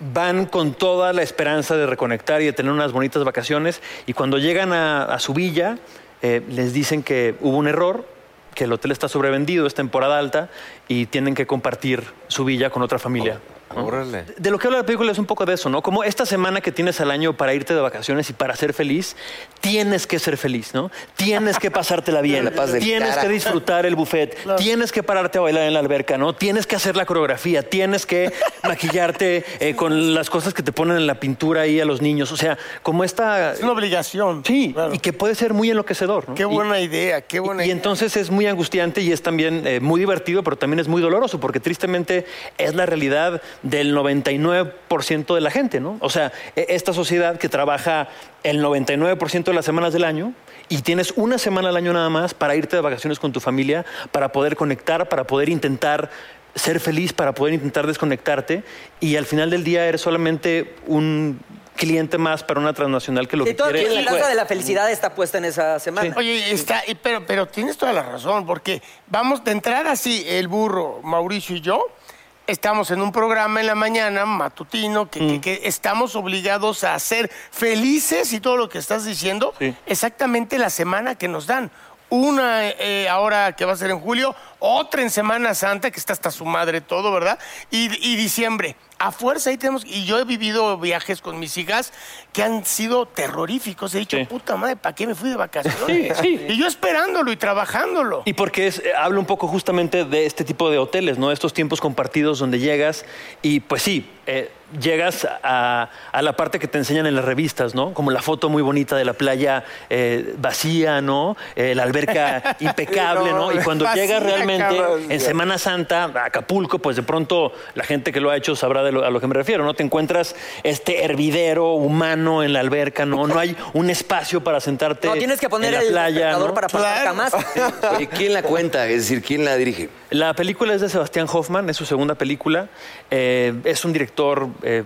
[SPEAKER 9] van con toda la esperanza de reconectar y de tener unas bonitas vacaciones. Y cuando llegan a, a su villa, eh, les dicen que hubo un error, que el hotel está sobrevendido, es temporada alta y tienen que compartir su villa con otra familia. ¿no?
[SPEAKER 6] Órale.
[SPEAKER 9] De lo que habla la película es un poco de eso, ¿no? Como esta semana que tienes al año para irte de vacaciones y para ser feliz, tienes que ser feliz, ¿no? Tienes que pasártela bien,
[SPEAKER 6] La paz del
[SPEAKER 9] tienes
[SPEAKER 6] cara.
[SPEAKER 9] que disfrutar el buffet, tienes que pararte a bailar en la alberca, ¿no? Tienes que hacer la coreografía, tienes que maquillarte eh, con las cosas que te ponen en la pintura ahí a los niños, o sea, como esta...
[SPEAKER 4] es una obligación.
[SPEAKER 9] Sí,
[SPEAKER 4] Claro.
[SPEAKER 9] y que puede ser muy enloquecedor, ¿no?
[SPEAKER 4] Qué
[SPEAKER 9] Y-
[SPEAKER 4] buena idea, qué buena
[SPEAKER 9] y, y
[SPEAKER 4] idea.
[SPEAKER 9] entonces es muy angustiante y es también eh, muy divertido, pero también es muy doloroso, porque tristemente es la realidad del 99% de la gente, ¿no? O sea, e- esta sociedad que trabaja el 99% de las semanas del año y tienes una semana al año nada más para irte de vacaciones con tu familia, para poder conectar, para poder intentar ser feliz, para poder intentar desconectarte y al final del día eres solamente un cliente más para una transnacional que lo
[SPEAKER 3] Sí,
[SPEAKER 9] que
[SPEAKER 3] toda
[SPEAKER 9] quiere pues
[SPEAKER 3] la casa de la felicidad está puesta en esa semana.
[SPEAKER 4] Oye, y está, y- pero, pero tienes toda la razón, porque vamos de entrar así, el burro, Mauricio y yo, estamos en un programa en la mañana, matutino, que,
[SPEAKER 9] Mm.
[SPEAKER 4] que- que estamos obligados a ser felices y todo lo que estás diciendo,
[SPEAKER 9] Sí.
[SPEAKER 4] exactamente la semana que nos dan. Una eh, ahora que va a ser en julio, otra en Semana Santa, que está hasta su madre todo, ¿verdad? Y, y diciembre. A fuerza ahí tenemos, y yo he vivido viajes con mis hijas que han sido terroríficos. He dicho,
[SPEAKER 9] Sí.
[SPEAKER 4] puta madre, ¿para qué me fui de vacaciones?
[SPEAKER 9] Sí, sí.
[SPEAKER 4] Y yo esperándolo y trabajándolo.
[SPEAKER 9] Y porque es, eh, hablo un poco justamente de este tipo de hoteles, ¿no? Estos tiempos compartidos donde llegas y pues sí, eh, llegas a, a la parte que te enseñan en las revistas, ¿no? Como la foto muy bonita de la playa eh, vacía, ¿no? Eh, la alberca impecable, ¿no? Y cuando
[SPEAKER 4] Vacía,
[SPEAKER 9] llegas realmente
[SPEAKER 4] cabrón.
[SPEAKER 9] en Semana Santa a Acapulco, pues de pronto la gente que lo ha hecho sabrá de lo- a lo que me refiero, ¿no? Te encuentras este hervidero humano en la alberca, ¿no? No hay un espacio para sentarte
[SPEAKER 3] no, tienes que poner
[SPEAKER 9] en la
[SPEAKER 3] el
[SPEAKER 9] playa,
[SPEAKER 3] despertador
[SPEAKER 9] ¿no?
[SPEAKER 3] para pasar jamás.
[SPEAKER 6] Oye, ¿quién la cuenta? Es decir, ¿quién la dirige?
[SPEAKER 9] La película es de Sebastián Hoffman, es su segunda película. Eh, es un director eh,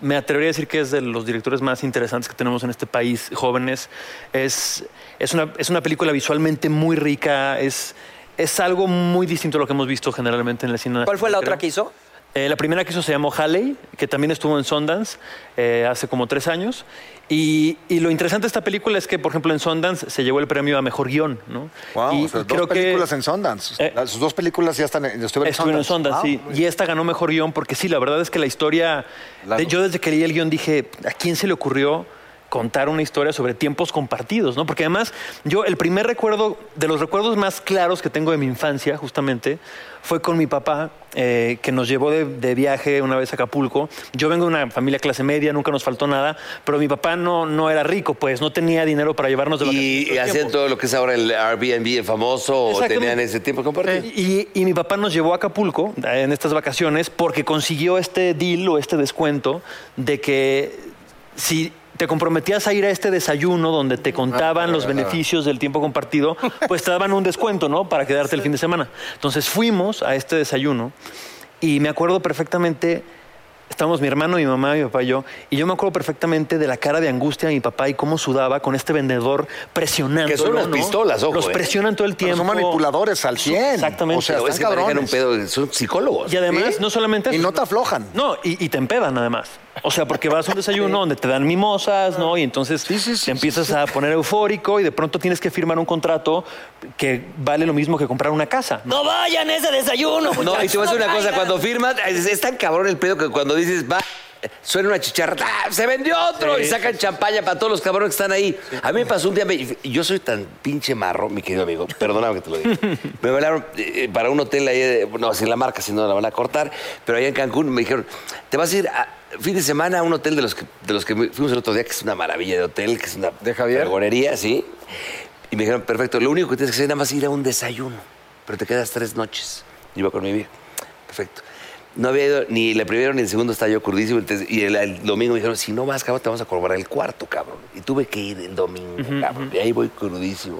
[SPEAKER 9] me atrevería a decir que es de los directores más interesantes que tenemos en este país, jóvenes. Es, es, una, es una película visualmente muy rica, es, es algo muy distinto a lo que hemos visto generalmente en el cine.
[SPEAKER 3] ¿Cuál fue la
[SPEAKER 9] creo.
[SPEAKER 3] otra que hizo?
[SPEAKER 9] Eh, la primera que hizo se llamó Halley, que también estuvo en Sundance eh, hace como tres años. Y, y lo interesante de esta película es que, por ejemplo, en Sundance se llevó el premio a Mejor Guión, ¿no?
[SPEAKER 5] Wow,
[SPEAKER 9] y
[SPEAKER 5] o sea,
[SPEAKER 9] y
[SPEAKER 5] dos películas en Sundance. Las- Sus dos películas ya están en, estuvieron en
[SPEAKER 9] Estuvieron en Sundance,
[SPEAKER 5] Sundance.
[SPEAKER 9] sí. Y esta ganó mejor guión porque sí, la verdad es que la historia. de- yo desde que leí el guión dije, ¿a quién se le ocurrió contar una historia sobre tiempos compartidos? ¿no? Porque además, yo el primer recuerdo, de los recuerdos más claros que tengo de mi infancia, justamente, fue con mi papá, eh, que nos llevó de, de viaje una vez a Acapulco. Yo vengo de una familia clase media, nunca nos faltó nada, pero mi papá no, no era rico, pues no tenía dinero para llevarnos de vacaciones todo
[SPEAKER 6] Y
[SPEAKER 9] el
[SPEAKER 6] hacían
[SPEAKER 9] tiempo.
[SPEAKER 6] todo lo que es ahora el Airbnb, el famoso, o
[SPEAKER 9] Exactamente.
[SPEAKER 6] tenían ese tiempo compartido.
[SPEAKER 9] Y, y mi papá nos llevó a Acapulco eh, en estas vacaciones porque consiguió este deal o este descuento de que si te comprometías a ir a este desayuno donde te
[SPEAKER 6] Ah,
[SPEAKER 9] contaban los beneficios del tiempo compartido, pues te daban un descuento, ¿no? Para quedarte el fin de semana. Entonces fuimos a este desayuno y me acuerdo perfectamente, estábamos mi hermano, mi mamá, mi papá y yo, y yo me acuerdo perfectamente de la cara de angustia de mi papá y cómo sudaba con este vendedor presionando.
[SPEAKER 6] Que son unas
[SPEAKER 9] ¿no?
[SPEAKER 6] pistolas, ojo,
[SPEAKER 9] Los
[SPEAKER 6] eh.
[SPEAKER 9] presionan todo el
[SPEAKER 5] Pero
[SPEAKER 9] tiempo.
[SPEAKER 5] son manipuladores al 100.
[SPEAKER 9] Exactamente.
[SPEAKER 5] O sea,
[SPEAKER 6] Pero
[SPEAKER 5] están
[SPEAKER 6] es que manejan un
[SPEAKER 5] cabrones.
[SPEAKER 6] pedo, son psicólogos.
[SPEAKER 9] Y además,
[SPEAKER 5] ¿Sí?
[SPEAKER 9] no solamente
[SPEAKER 5] Y
[SPEAKER 9] eso,
[SPEAKER 5] no te aflojan.
[SPEAKER 9] no, y, y te empedan además. O sea, porque vas a un desayuno donde te dan mimosas, ¿no? Y entonces te empiezas a poner eufórico y de pronto tienes que firmar un contrato que vale lo mismo que comprar una casa. ¿no?
[SPEAKER 3] No vayan a ese desayuno,
[SPEAKER 6] No, y te voy a decir una cosa,
[SPEAKER 3] vayan.
[SPEAKER 6] cuando firmas, es, es tan cabrón el pedo que cuando dices, va, suena una chicharra, ¡ah! se vendió otro,
[SPEAKER 9] Sí,
[SPEAKER 7] Eh,
[SPEAKER 6] y sacan champaña para todos los cabrones que están ahí. A mí me pasó un día, me- y yo soy tan pinche marro, mi querido amigo, perdóname que te lo diga. Me hablaron eh, para un hotel ahí, de- no, sin la marca, si no la van a cortar, pero allá en Cancún me dijeron, te vas a ir a fin de semana a un hotel de los que, de los que fuimos el otro día, que es una maravilla de hotel, que es una
[SPEAKER 7] ¿De Javier?
[SPEAKER 6] pregonería, sí. Y me dijeron, perfecto, lo único que tienes que hacer es nada más ir a un desayuno, pero te quedas tres noches. Yo Iba con mi vieja. Perfecto. No había ido ni la primera ni el segundo estaba yo crudísimo. entonces- y el, el domingo me dijeron, si no vas, cabrón, te vamos a cobrar el cuarto, cabrón. Y tuve que ir el domingo, cabrón. Y ahí voy crudísimo.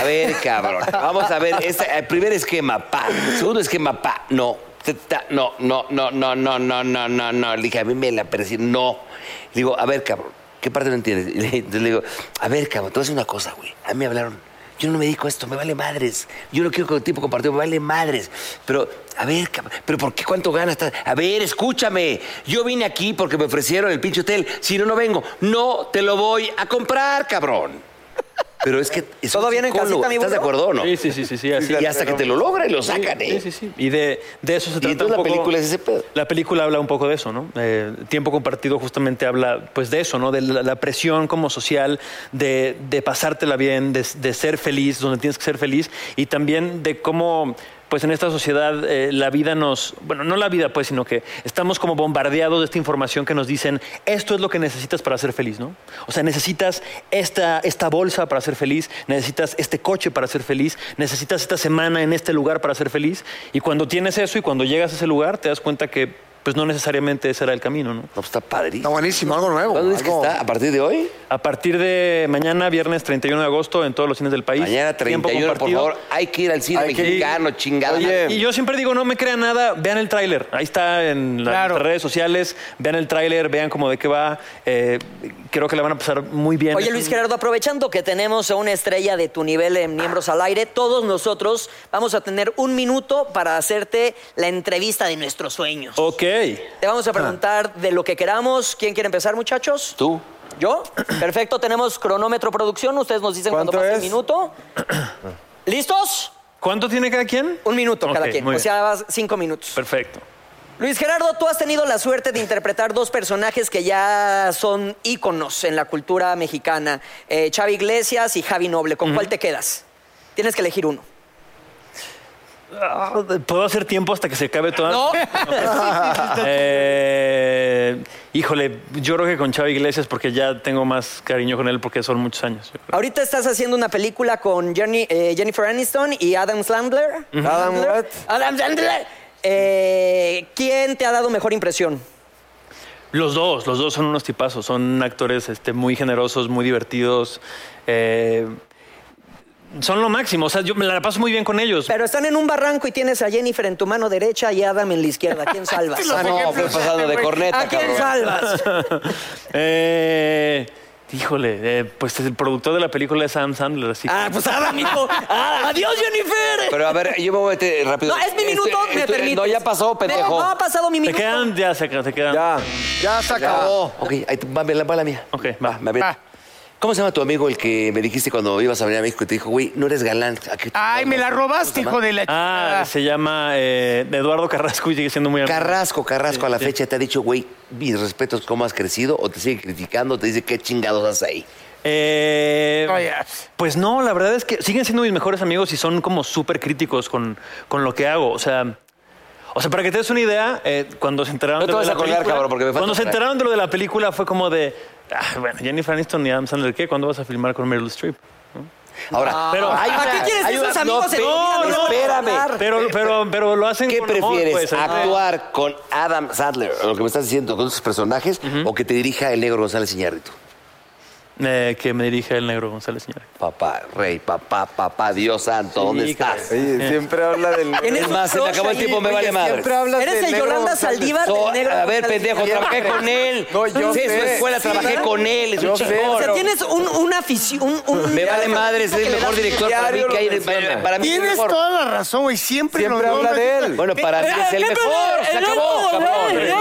[SPEAKER 6] A ver, cabrón. Vamos a ver. este- el primer esquema, pa. El segundo esquema, pa. No. Ta- ta- No, no, no, no, no, no, no, no, no. Le dije, a mí me la pareció. No. Le digo, a ver, cabrón. ¿Qué parte no entiendes? Y le, entonces le digo, a ver, cabrón, te voy a decir una cosa, güey. A mí me hablaron. Yo no me dedico a esto, me vale madres. Yo no quiero que el tipo compartido, me vale madres. Pero, a ver, cabrón, pero ¿por qué cuánto ganas? Ta- A ver, escúchame. Yo vine aquí porque me ofrecieron el pinche hotel. Si no, no vengo. No te lo voy a comprar, cabrón. Pero es que. es un
[SPEAKER 3] ¿Todo bien en
[SPEAKER 6] psicólogo.
[SPEAKER 3] casita, mi
[SPEAKER 6] ¿Estás de
[SPEAKER 3] burro?
[SPEAKER 6] acuerdo o no?
[SPEAKER 9] Sí, sí, sí, sí, sí, así.
[SPEAKER 6] Y hasta que te lo logra y lo sacan, ¿eh?
[SPEAKER 9] Sí, sí, sí. Y de, de eso se
[SPEAKER 6] Y
[SPEAKER 9] trata.
[SPEAKER 6] entonces
[SPEAKER 9] un
[SPEAKER 6] la
[SPEAKER 9] poco-
[SPEAKER 6] película es ese pedo.
[SPEAKER 9] La película habla un poco de eso, ¿no? Eh, tiempo compartido justamente habla pues de eso, ¿no? De la, la presión como social, de, de pasártela bien, de, de ser feliz, donde tienes que ser feliz, y también de cómo. Pues en esta sociedad eh, la vida nos, bueno, no la vida pues, sino que estamos como bombardeados de esta información que nos dicen, esto es lo que necesitas para ser feliz, ¿no? O sea, necesitas esta, esta bolsa para ser feliz, necesitas este coche para ser feliz, necesitas esta semana en este lugar para ser feliz, y cuando tienes eso y cuando llegas a ese lugar te das cuenta que pues no necesariamente ese era el camino, ¿no?
[SPEAKER 6] No, pues está
[SPEAKER 5] Está
[SPEAKER 6] padrísimo.
[SPEAKER 5] buenísimo, algo nuevo.
[SPEAKER 6] ¿Cuándo dices que
[SPEAKER 5] algo-
[SPEAKER 6] está? ¿A partir de hoy?
[SPEAKER 9] A partir de mañana, viernes 31 de agosto, en todos los cines del país.
[SPEAKER 6] Mañana
[SPEAKER 9] tiempo
[SPEAKER 6] 31, por
[SPEAKER 9] compartido.
[SPEAKER 6] favor. Hay que ir al cine
[SPEAKER 7] Hay que ir.
[SPEAKER 6] mexicano, chingada.
[SPEAKER 7] Oye,
[SPEAKER 9] Y yo siempre digo, no me crean nada, vean el tráiler. Ahí está en las
[SPEAKER 4] Claro.
[SPEAKER 9] redes sociales, vean el tráiler, vean cómo de qué va. Eh, creo que la van a pasar muy bien.
[SPEAKER 3] Oye,
[SPEAKER 9] Es
[SPEAKER 3] Luis
[SPEAKER 9] un-
[SPEAKER 3] Gerardo, aprovechando que tenemos a una estrella de tu nivel en Miembros al Aire, todos nosotros vamos a tener un minuto para hacerte la entrevista de nuestros sueños.
[SPEAKER 9] Ok. Ah.
[SPEAKER 3] Te vamos a preguntar de lo que queramos. ¿Quién quiere empezar, muchachos?
[SPEAKER 6] Tú.
[SPEAKER 3] ¿Yo? Perfecto, tenemos cronómetro producción. Ustedes nos dicen cuando
[SPEAKER 7] ¿Cuánto
[SPEAKER 3] pase el
[SPEAKER 7] es?
[SPEAKER 3] minuto. ¿Listos?
[SPEAKER 9] ¿Cuánto tiene cada quien?
[SPEAKER 3] Un minuto cada
[SPEAKER 9] Ok,
[SPEAKER 3] quien.
[SPEAKER 9] muy
[SPEAKER 3] O
[SPEAKER 9] bien.
[SPEAKER 3] sea, vas cinco minutos.
[SPEAKER 9] Perfecto.
[SPEAKER 3] Luis Gerardo, tú has tenido la suerte de interpretar dos personajes que ya son íconos en la cultura mexicana, eh, Xavi Iglesias y Javi Noble. ¿Con cuál te quedas? Tienes que elegir uno.
[SPEAKER 9] Ah, ¿Puedo hacer tiempo hasta que se acabe toda? No. Eh, híjole, yo creo que con Chava Iglesias porque ya tengo más cariño con él porque son muchos años. yo creo.
[SPEAKER 3] Ahorita estás haciendo una película con Jenny- eh, Jennifer Aniston y Adam Sandler.
[SPEAKER 7] Adam what?
[SPEAKER 3] Adam Sandler. Eh, ¿Quién te ha dado mejor impresión?
[SPEAKER 9] Los dos, los dos son unos tipazos, son actores este, muy generosos, muy divertidos. eh, Son lo máximo. O sea, yo me la paso muy bien con ellos.
[SPEAKER 3] Pero están en un barranco y tienes a Jennifer en tu mano derecha y a Adam en la izquierda. ¿Quién salvas?
[SPEAKER 6] Ah, no, fue pasando de corneta.
[SPEAKER 3] ¿A quién
[SPEAKER 6] cabrón.
[SPEAKER 3] salvas?
[SPEAKER 9] Eh, híjole, eh, pues el productor de la película es Sam Sandler, así que-
[SPEAKER 3] Ah, pues Adam, hijo. Ah, ¡Adiós, Jennifer!
[SPEAKER 6] Pero a ver, yo me voy a meter rápido.
[SPEAKER 3] No, es mi
[SPEAKER 6] Este,
[SPEAKER 3] minuto, me
[SPEAKER 6] esto-
[SPEAKER 3] permites.
[SPEAKER 6] No, ya pasó, pendejo.
[SPEAKER 3] No, no ha pasado mi
[SPEAKER 9] Te
[SPEAKER 3] minuto.
[SPEAKER 9] quedan, ya se quedan, te quedan.
[SPEAKER 7] Ya.
[SPEAKER 5] Ya se
[SPEAKER 6] Ya.
[SPEAKER 5] acabó.
[SPEAKER 6] Ok, ahí te- va, la, va la mía.
[SPEAKER 9] Ok, va.
[SPEAKER 6] me aviento. ¿Cómo se llama tu amigo el que me dijiste cuando ibas a venir a México y te dijo, güey, no eres galán? ¿a qué-
[SPEAKER 4] Ay, me la robaste, hijo de la
[SPEAKER 9] Ah,
[SPEAKER 4] chingada.
[SPEAKER 9] se llama eh, Eduardo Carrasco y sigue siendo muy amigo.
[SPEAKER 6] Carrasco, Carrasco, a la fecha te ha dicho, güey, mis respetos, ¿cómo has crecido? ¿O te sigue criticando? ¿Te dice qué chingados haces ahí?
[SPEAKER 9] Eh,
[SPEAKER 4] No, ya.
[SPEAKER 9] Pues no, la verdad es que siguen siendo mis mejores amigos y son como súper críticos con, con lo que hago. O sea, o sea, para que te des una idea, eh, cuando se enteraron
[SPEAKER 6] No
[SPEAKER 9] de,
[SPEAKER 6] te
[SPEAKER 9] lo
[SPEAKER 6] vas
[SPEAKER 9] de
[SPEAKER 6] a
[SPEAKER 9] la
[SPEAKER 6] colgar,
[SPEAKER 9] película,
[SPEAKER 6] cabrón, porque me falta
[SPEAKER 9] cuando se
[SPEAKER 6] otra.
[SPEAKER 9] enteraron de lo de la película fue como de, ah, bueno, Jennifer Aniston y Adam Sandler, ¿qué? ¿Cuándo vas a filmar con Meryl Streep?
[SPEAKER 6] Ahora,
[SPEAKER 9] Pero-
[SPEAKER 3] ¿A qué quieres que esos amigos se
[SPEAKER 6] no,
[SPEAKER 3] dividan?
[SPEAKER 6] no, espérame.
[SPEAKER 9] Pero, pero, pero lo hacen
[SPEAKER 6] ¿Qué
[SPEAKER 9] con amor,
[SPEAKER 6] prefieres?
[SPEAKER 9] pues, entonces-
[SPEAKER 6] ¿Actuar con Adam Sadler, lo que me estás diciendo, con sus personajes, o que te dirija el negro González Iñárritu?
[SPEAKER 9] Eh, que me dirige el negro González, señor.
[SPEAKER 6] Papá, rey, papá, papá, Dios santo, ¿dónde
[SPEAKER 9] Sí,
[SPEAKER 6] estás?
[SPEAKER 7] Oye, siempre habla del...
[SPEAKER 3] Eres
[SPEAKER 6] Es más, se me
[SPEAKER 3] un
[SPEAKER 6] acabó el
[SPEAKER 3] crush
[SPEAKER 6] tiempo,
[SPEAKER 3] ahí,
[SPEAKER 6] me vale
[SPEAKER 3] oye,
[SPEAKER 6] madre.
[SPEAKER 7] Siempre hablas
[SPEAKER 3] Eres
[SPEAKER 7] del
[SPEAKER 3] el
[SPEAKER 7] negro
[SPEAKER 3] Yolanda
[SPEAKER 7] González.
[SPEAKER 3] Saldívar
[SPEAKER 6] So-
[SPEAKER 3] del negro.
[SPEAKER 6] a ver,
[SPEAKER 3] González.
[SPEAKER 6] pendejo, trabajé con él.
[SPEAKER 7] No, yo
[SPEAKER 6] Sí, en su
[SPEAKER 7] sé.
[SPEAKER 6] escuela,
[SPEAKER 7] Sí,
[SPEAKER 6] trabajé
[SPEAKER 3] ¿verdad?
[SPEAKER 6] con él, es un
[SPEAKER 7] Yo sé,
[SPEAKER 6] chingón.
[SPEAKER 3] O sea, tienes un, una afición. Un, un-
[SPEAKER 6] Me vale madre, es
[SPEAKER 3] que
[SPEAKER 6] el
[SPEAKER 3] le
[SPEAKER 6] mejor
[SPEAKER 3] das-
[SPEAKER 6] director para mí
[SPEAKER 7] diario
[SPEAKER 6] que hay.
[SPEAKER 7] lo menciona.
[SPEAKER 6] Para mí es el
[SPEAKER 4] Tienes
[SPEAKER 6] mejor.
[SPEAKER 4] toda la razón, güey. Siempre,
[SPEAKER 7] Siempre
[SPEAKER 4] lo
[SPEAKER 7] habla
[SPEAKER 4] nombras.
[SPEAKER 7] de él.
[SPEAKER 6] Bueno, para mí es el mejor. Se acabó, cabrón.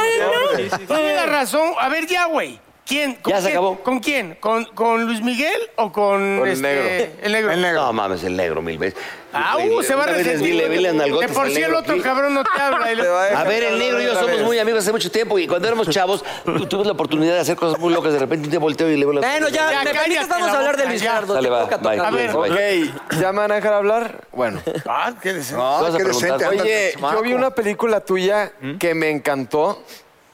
[SPEAKER 4] Tiene la razón. A ver, ya, güey. ¿Quién? ¿Con
[SPEAKER 6] Ya se
[SPEAKER 4] quién?
[SPEAKER 6] acabó.
[SPEAKER 4] ¿Con quién? ¿Con, con Luis Miguel o con,
[SPEAKER 7] Con el
[SPEAKER 4] este,
[SPEAKER 7] negro.
[SPEAKER 4] el negro?
[SPEAKER 6] No mames, el negro mil veces.
[SPEAKER 4] Ah,
[SPEAKER 6] El-
[SPEAKER 4] Hugo se va a
[SPEAKER 6] una vez les vi-
[SPEAKER 4] resentir.
[SPEAKER 6] le vi las
[SPEAKER 4] Que
[SPEAKER 6] nalgotas
[SPEAKER 4] por
[SPEAKER 6] al
[SPEAKER 4] si el
[SPEAKER 6] negro
[SPEAKER 4] otro
[SPEAKER 6] aquí.
[SPEAKER 4] cabrón no te habla.
[SPEAKER 7] Te va
[SPEAKER 6] A ver, el negro y yo
[SPEAKER 7] Otra
[SPEAKER 6] somos
[SPEAKER 7] vez.
[SPEAKER 6] muy amigos hace mucho tiempo y cuando éramos chavos tu- tuvimos la oportunidad de hacer cosas muy locas. De repente un día volteo y le veo la...
[SPEAKER 3] Bueno, ya,
[SPEAKER 4] Ya,
[SPEAKER 3] me
[SPEAKER 4] cállate
[SPEAKER 3] permites, vamos
[SPEAKER 4] la
[SPEAKER 3] a hablar de
[SPEAKER 4] boca,
[SPEAKER 3] Luis
[SPEAKER 4] ya.
[SPEAKER 3] Cardo.
[SPEAKER 6] Dale,
[SPEAKER 3] te
[SPEAKER 6] va,
[SPEAKER 3] toca,
[SPEAKER 6] bye,
[SPEAKER 3] toca.
[SPEAKER 4] ver,
[SPEAKER 6] cuídense, bye.
[SPEAKER 7] Ok, ¿ya me van a dejar hablar? Bueno.
[SPEAKER 4] Ah, qué deseo.
[SPEAKER 5] Ah,
[SPEAKER 6] Vas a
[SPEAKER 5] qué
[SPEAKER 6] preguntar.
[SPEAKER 5] decente, anda
[SPEAKER 7] Oye,
[SPEAKER 5] el chamaco.
[SPEAKER 7] yo vi una película tuya
[SPEAKER 5] ¿Mm?
[SPEAKER 7] que me encantó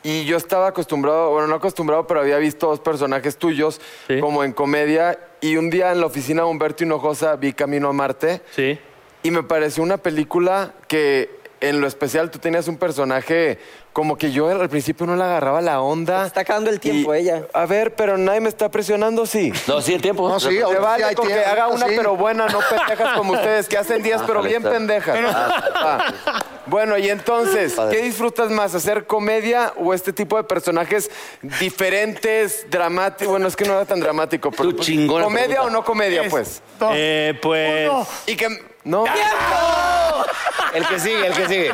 [SPEAKER 7] y yo estaba acostumbrado, bueno, no acostumbrado, pero había visto dos personajes tuyos
[SPEAKER 9] Sí.
[SPEAKER 7] como en comedia y un día en la oficina de Humberto Hinojosa vi Camino a Marte
[SPEAKER 9] Sí.
[SPEAKER 7] y me pareció una película que en lo especial tú tenías un personaje como que yo al principio no le agarraba la onda.
[SPEAKER 3] Se está acabando el tiempo, ¿eh? ella.
[SPEAKER 7] A ver, pero nadie me está presionando, sí.
[SPEAKER 6] No, sí, el tiempo.
[SPEAKER 5] No, sí,
[SPEAKER 7] Te
[SPEAKER 5] ahorita sí
[SPEAKER 7] vale
[SPEAKER 5] hay
[SPEAKER 7] con que
[SPEAKER 5] tiempo,
[SPEAKER 7] haga
[SPEAKER 5] ahorita
[SPEAKER 7] una
[SPEAKER 5] sí.
[SPEAKER 7] pero buena, no pendejas como ustedes, que hacen 10 pero
[SPEAKER 6] Ájale,
[SPEAKER 7] bien
[SPEAKER 6] está.
[SPEAKER 7] pendejas. Ah. Bueno, y entonces,
[SPEAKER 6] Padre.
[SPEAKER 7] ¿qué disfrutas más? ¿Hacer comedia o este tipo de personajes diferentes, dramáticos? Bueno, es que no era tan dramático, pero.
[SPEAKER 6] Tú chingona
[SPEAKER 7] ¿Comedia
[SPEAKER 6] pregunta.
[SPEAKER 7] o no comedia, pues?
[SPEAKER 4] Dos,
[SPEAKER 9] Eh, pues.
[SPEAKER 4] uno.
[SPEAKER 7] Y que. No.
[SPEAKER 6] El que sigue, el que sigue.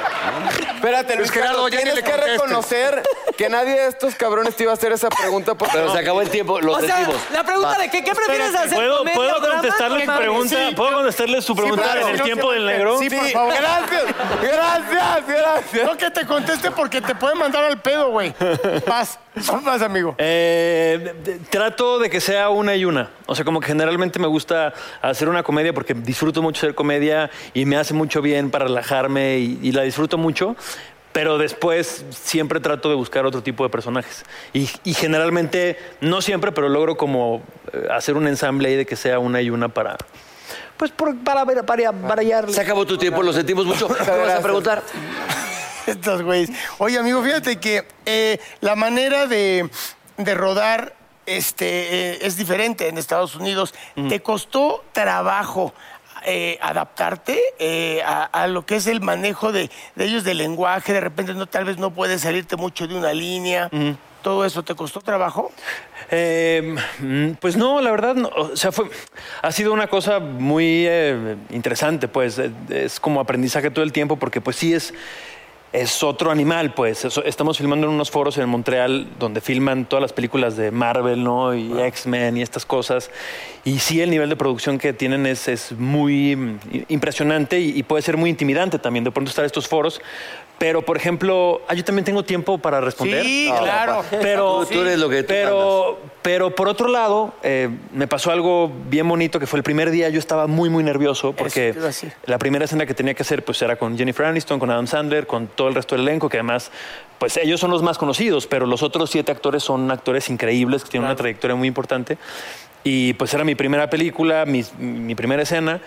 [SPEAKER 7] Espérate, Luis
[SPEAKER 5] Gerardo,
[SPEAKER 7] Gerardo,
[SPEAKER 5] ya ni
[SPEAKER 7] tienes
[SPEAKER 5] le
[SPEAKER 7] que
[SPEAKER 5] conteste.
[SPEAKER 7] reconocer que nadie de estos cabrones te iba a hacer esa pregunta porque.
[SPEAKER 6] Pero se acabó el tiempo, los
[SPEAKER 3] O sea,
[SPEAKER 6] decimos.
[SPEAKER 3] la pregunta de que, qué prefieres hacer.
[SPEAKER 9] ¿Puedo,
[SPEAKER 3] comedia o
[SPEAKER 9] ¿puedo
[SPEAKER 3] drama?
[SPEAKER 9] contestarle su
[SPEAKER 4] Claro,
[SPEAKER 9] pregunta?
[SPEAKER 4] sí.
[SPEAKER 9] ¿Puedo contestarle su pregunta
[SPEAKER 4] claro.
[SPEAKER 9] en el
[SPEAKER 4] No se
[SPEAKER 9] tiempo del negro?
[SPEAKER 4] Sí, por favor.
[SPEAKER 7] Gracias, gracias, gracias.
[SPEAKER 4] No que te conteste porque te puede mandar al pedo, güey. Vas, vas, amigo.
[SPEAKER 9] Eh, de- de- trato de que sea una y una. O sea, como que generalmente me gusta hacer una comedia porque disfruto mucho hacer comedia y me hace mucho bien para relajarme y, y la disfruto mucho. Pero después siempre trato de buscar otro tipo de personajes. Y, y generalmente, no siempre, pero logro como eh, hacer un ensamble ahí de que sea una y una para. Pues por- para, ver- para, variarle.
[SPEAKER 6] Se acabó tu tiempo, lo sentimos mucho. ¿Qué vas a preguntar?
[SPEAKER 4] Estos güeyes. Oye, amigo, fíjate que eh, la manera de, de rodar este, eh, es diferente en Estados Unidos.
[SPEAKER 9] Mm.
[SPEAKER 4] ¿Te costó trabajo eh, adaptarte eh, a, a lo que es el manejo de, de ellos del lenguaje? De repente no, tal vez no puedes salirte mucho de una línea. ¿Todo eso te costó trabajo?
[SPEAKER 9] Mm. Eh, mm, pues no, la verdad, no. o sea, fue, ha sido una cosa muy eh, interesante, pues Eh, es como aprendizaje todo el tiempo, porque pues sí es, es otro animal, pues Eso- estamos filmando en unos foros en Montreal donde filman todas las películas de Marvel, ¿no? Y X-Men y estas cosas, y sí el nivel de producción que tienen es, es muy mm, i- impresionante y, y puede ser muy intimidante también de pronto estar en estos foros. Pero, por ejemplo, ah, yo también tengo tiempo para responder. Ah,
[SPEAKER 4] Sí, claro.
[SPEAKER 9] Pero,
[SPEAKER 6] Tú- tú eres lo que tú
[SPEAKER 9] pero, pero por otro lado, eh, me pasó algo bien bonito que fue el primer día. Yo estaba muy, muy nervioso porque
[SPEAKER 4] te iba a decir.
[SPEAKER 9] la primera escena que tenía que hacer pues, era con Jennifer Aniston, con Adam Sandler, con todo el resto del elenco, que además, pues ellos son los más conocidos, pero los otros siete actores son actores increíbles que tienen una trayectoria muy importante. Y pues era mi primera película, mi, mi primera escena,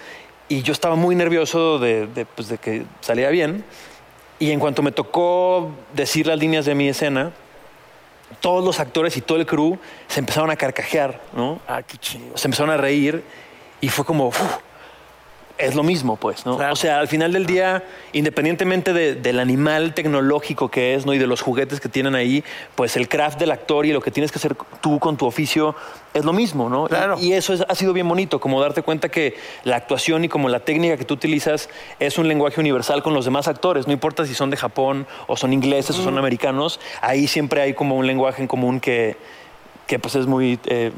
[SPEAKER 9] y yo estaba muy nervioso de, de, pues, de que saliera bien. Y en cuanto me tocó decir las líneas de mi escena, todos los actores y todo el crew se empezaron a carcajear, ¿no?
[SPEAKER 4] Ah, qué chido.
[SPEAKER 9] Se empezaron a reír y fue como, "Uf, es lo mismo, pues, ¿no? O sea, al final del día, independientemente de- del animal tecnológico que es, ¿no? Y de los juguetes que tienen ahí, pues el craft del actor y lo que tienes que hacer tú con tu oficio es lo mismo, ¿no? Claro. Y, y eso es- ha sido bien bonito, como darte cuenta que la actuación y como la técnica que tú utilizas es un lenguaje universal con los demás actores, no importa si son de Japón o son ingleses o son americanos, ahí siempre hay como un lenguaje en común que, que pues es muy... eh,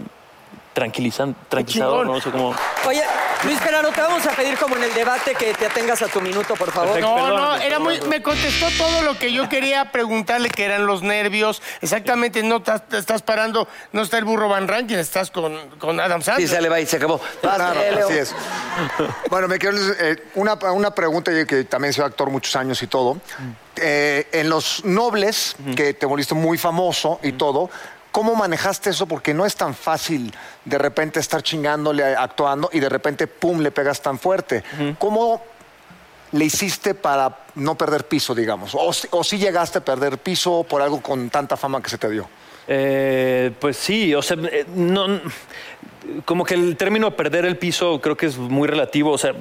[SPEAKER 9] tranquilizan- tranquilizador,
[SPEAKER 3] chingón.
[SPEAKER 9] ¿no? O sea, como...
[SPEAKER 3] Oye, Luis Gerardo, te vamos a pedir como en el debate que te atengas a tu minuto, por favor.
[SPEAKER 4] Oh, No, no, era muy. Me contestó todo lo que yo quería preguntarle, que eran los nervios. Exactamente, no estás, te estás parando, no está el burro Van Rankin, estás con, con Adam Sandler.
[SPEAKER 6] Y se le va y se acabó.
[SPEAKER 5] Claro,
[SPEAKER 9] eh,
[SPEAKER 6] Pásale, Leo.
[SPEAKER 5] así es. Bueno, me quiero eh, una, una pregunta, yo que también soy actor muchos años y todo. Eh, en Los Nobles, que te volviste muy famoso y todo, ¿cómo manejaste eso? Porque no es tan fácil de repente estar chingándole, eh, actuando y de repente, pum, le pegas tan fuerte. ¿Cómo le hiciste para no perder piso, digamos? O, si- o si llegaste a perder piso por algo con tanta fama que se te dio.
[SPEAKER 9] Eh, pues sí, o sea, eh, no, como que el término perder el piso creo que es muy relativo, o sea,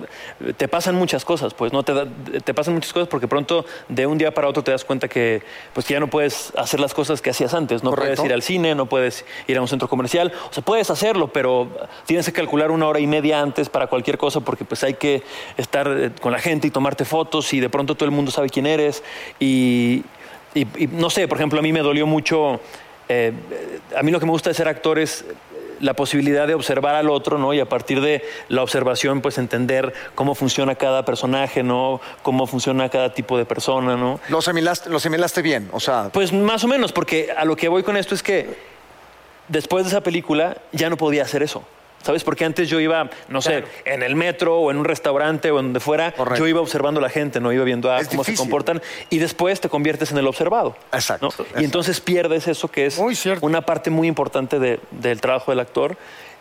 [SPEAKER 9] te pasan muchas cosas, pues, ¿no? Te, da- te pasan muchas cosas porque pronto de un día para otro te das cuenta que, pues, que ya no puedes hacer las cosas que hacías antes, no puedes ir al cine, no puedes ir a un centro comercial, o sea, puedes hacerlo, pero tienes que calcular una hora y media antes para cualquier cosa porque pues hay que estar eh, con la gente y tomarte fotos y de pronto todo el mundo sabe quién eres y... Y, y no sé, por ejemplo, a mí me dolió mucho. eh, eh, a mí lo que me gusta de ser actor es eh, la posibilidad de observar al otro, ¿no? Y a partir de la observación, pues entender cómo funciona cada personaje, ¿no? Cómo funciona cada tipo de persona, ¿no?
[SPEAKER 5] Lo asimilaste, lo asimilaste bien, o sea...
[SPEAKER 9] Pues más o menos, porque a lo que voy con esto es que después de esa película ya no podía hacer eso. ¿Sabes? Porque antes yo iba, no sé, en el metro o en un restaurante o en donde fuera, yo iba observando a la gente, no iba viendo ah,
[SPEAKER 5] Es
[SPEAKER 9] cómo se
[SPEAKER 5] difícil.
[SPEAKER 9] comportan y después te conviertes en el observado.
[SPEAKER 5] Exacto.
[SPEAKER 9] ¿no? Y entonces pierdes eso que es una parte muy importante de- del trabajo del actor.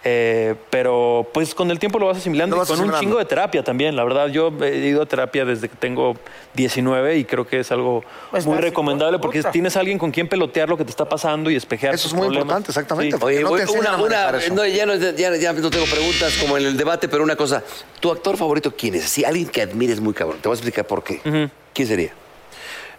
[SPEAKER 9] eh, pero pues con el tiempo lo vas asimilando y
[SPEAKER 5] Lo vas
[SPEAKER 9] con un
[SPEAKER 5] asimilando.
[SPEAKER 9] chingo de terapia también. La verdad, yo he ido a terapia desde que tengo 19 y creo que es algo
[SPEAKER 4] Pues
[SPEAKER 9] muy
[SPEAKER 4] básico,
[SPEAKER 9] recomendable porque
[SPEAKER 4] puta.
[SPEAKER 9] tienes alguien con quien pelotear lo que te está pasando y espejear.
[SPEAKER 5] Eso
[SPEAKER 9] tus
[SPEAKER 5] es muy
[SPEAKER 9] problemas.
[SPEAKER 5] importante, exactamente.
[SPEAKER 9] Sí.
[SPEAKER 5] porque
[SPEAKER 6] Oye,
[SPEAKER 5] no te
[SPEAKER 6] voy-
[SPEAKER 5] enseñan
[SPEAKER 6] una,
[SPEAKER 5] a manejar
[SPEAKER 6] una-
[SPEAKER 5] eso.
[SPEAKER 6] no, ya, no, ya- ya no tengo preguntas como en el debate, pero una cosa. ¿Tu actor favorito quién es? Si alguien que admires muy cabrón. Te voy a explicar por qué. ¿Quién sería?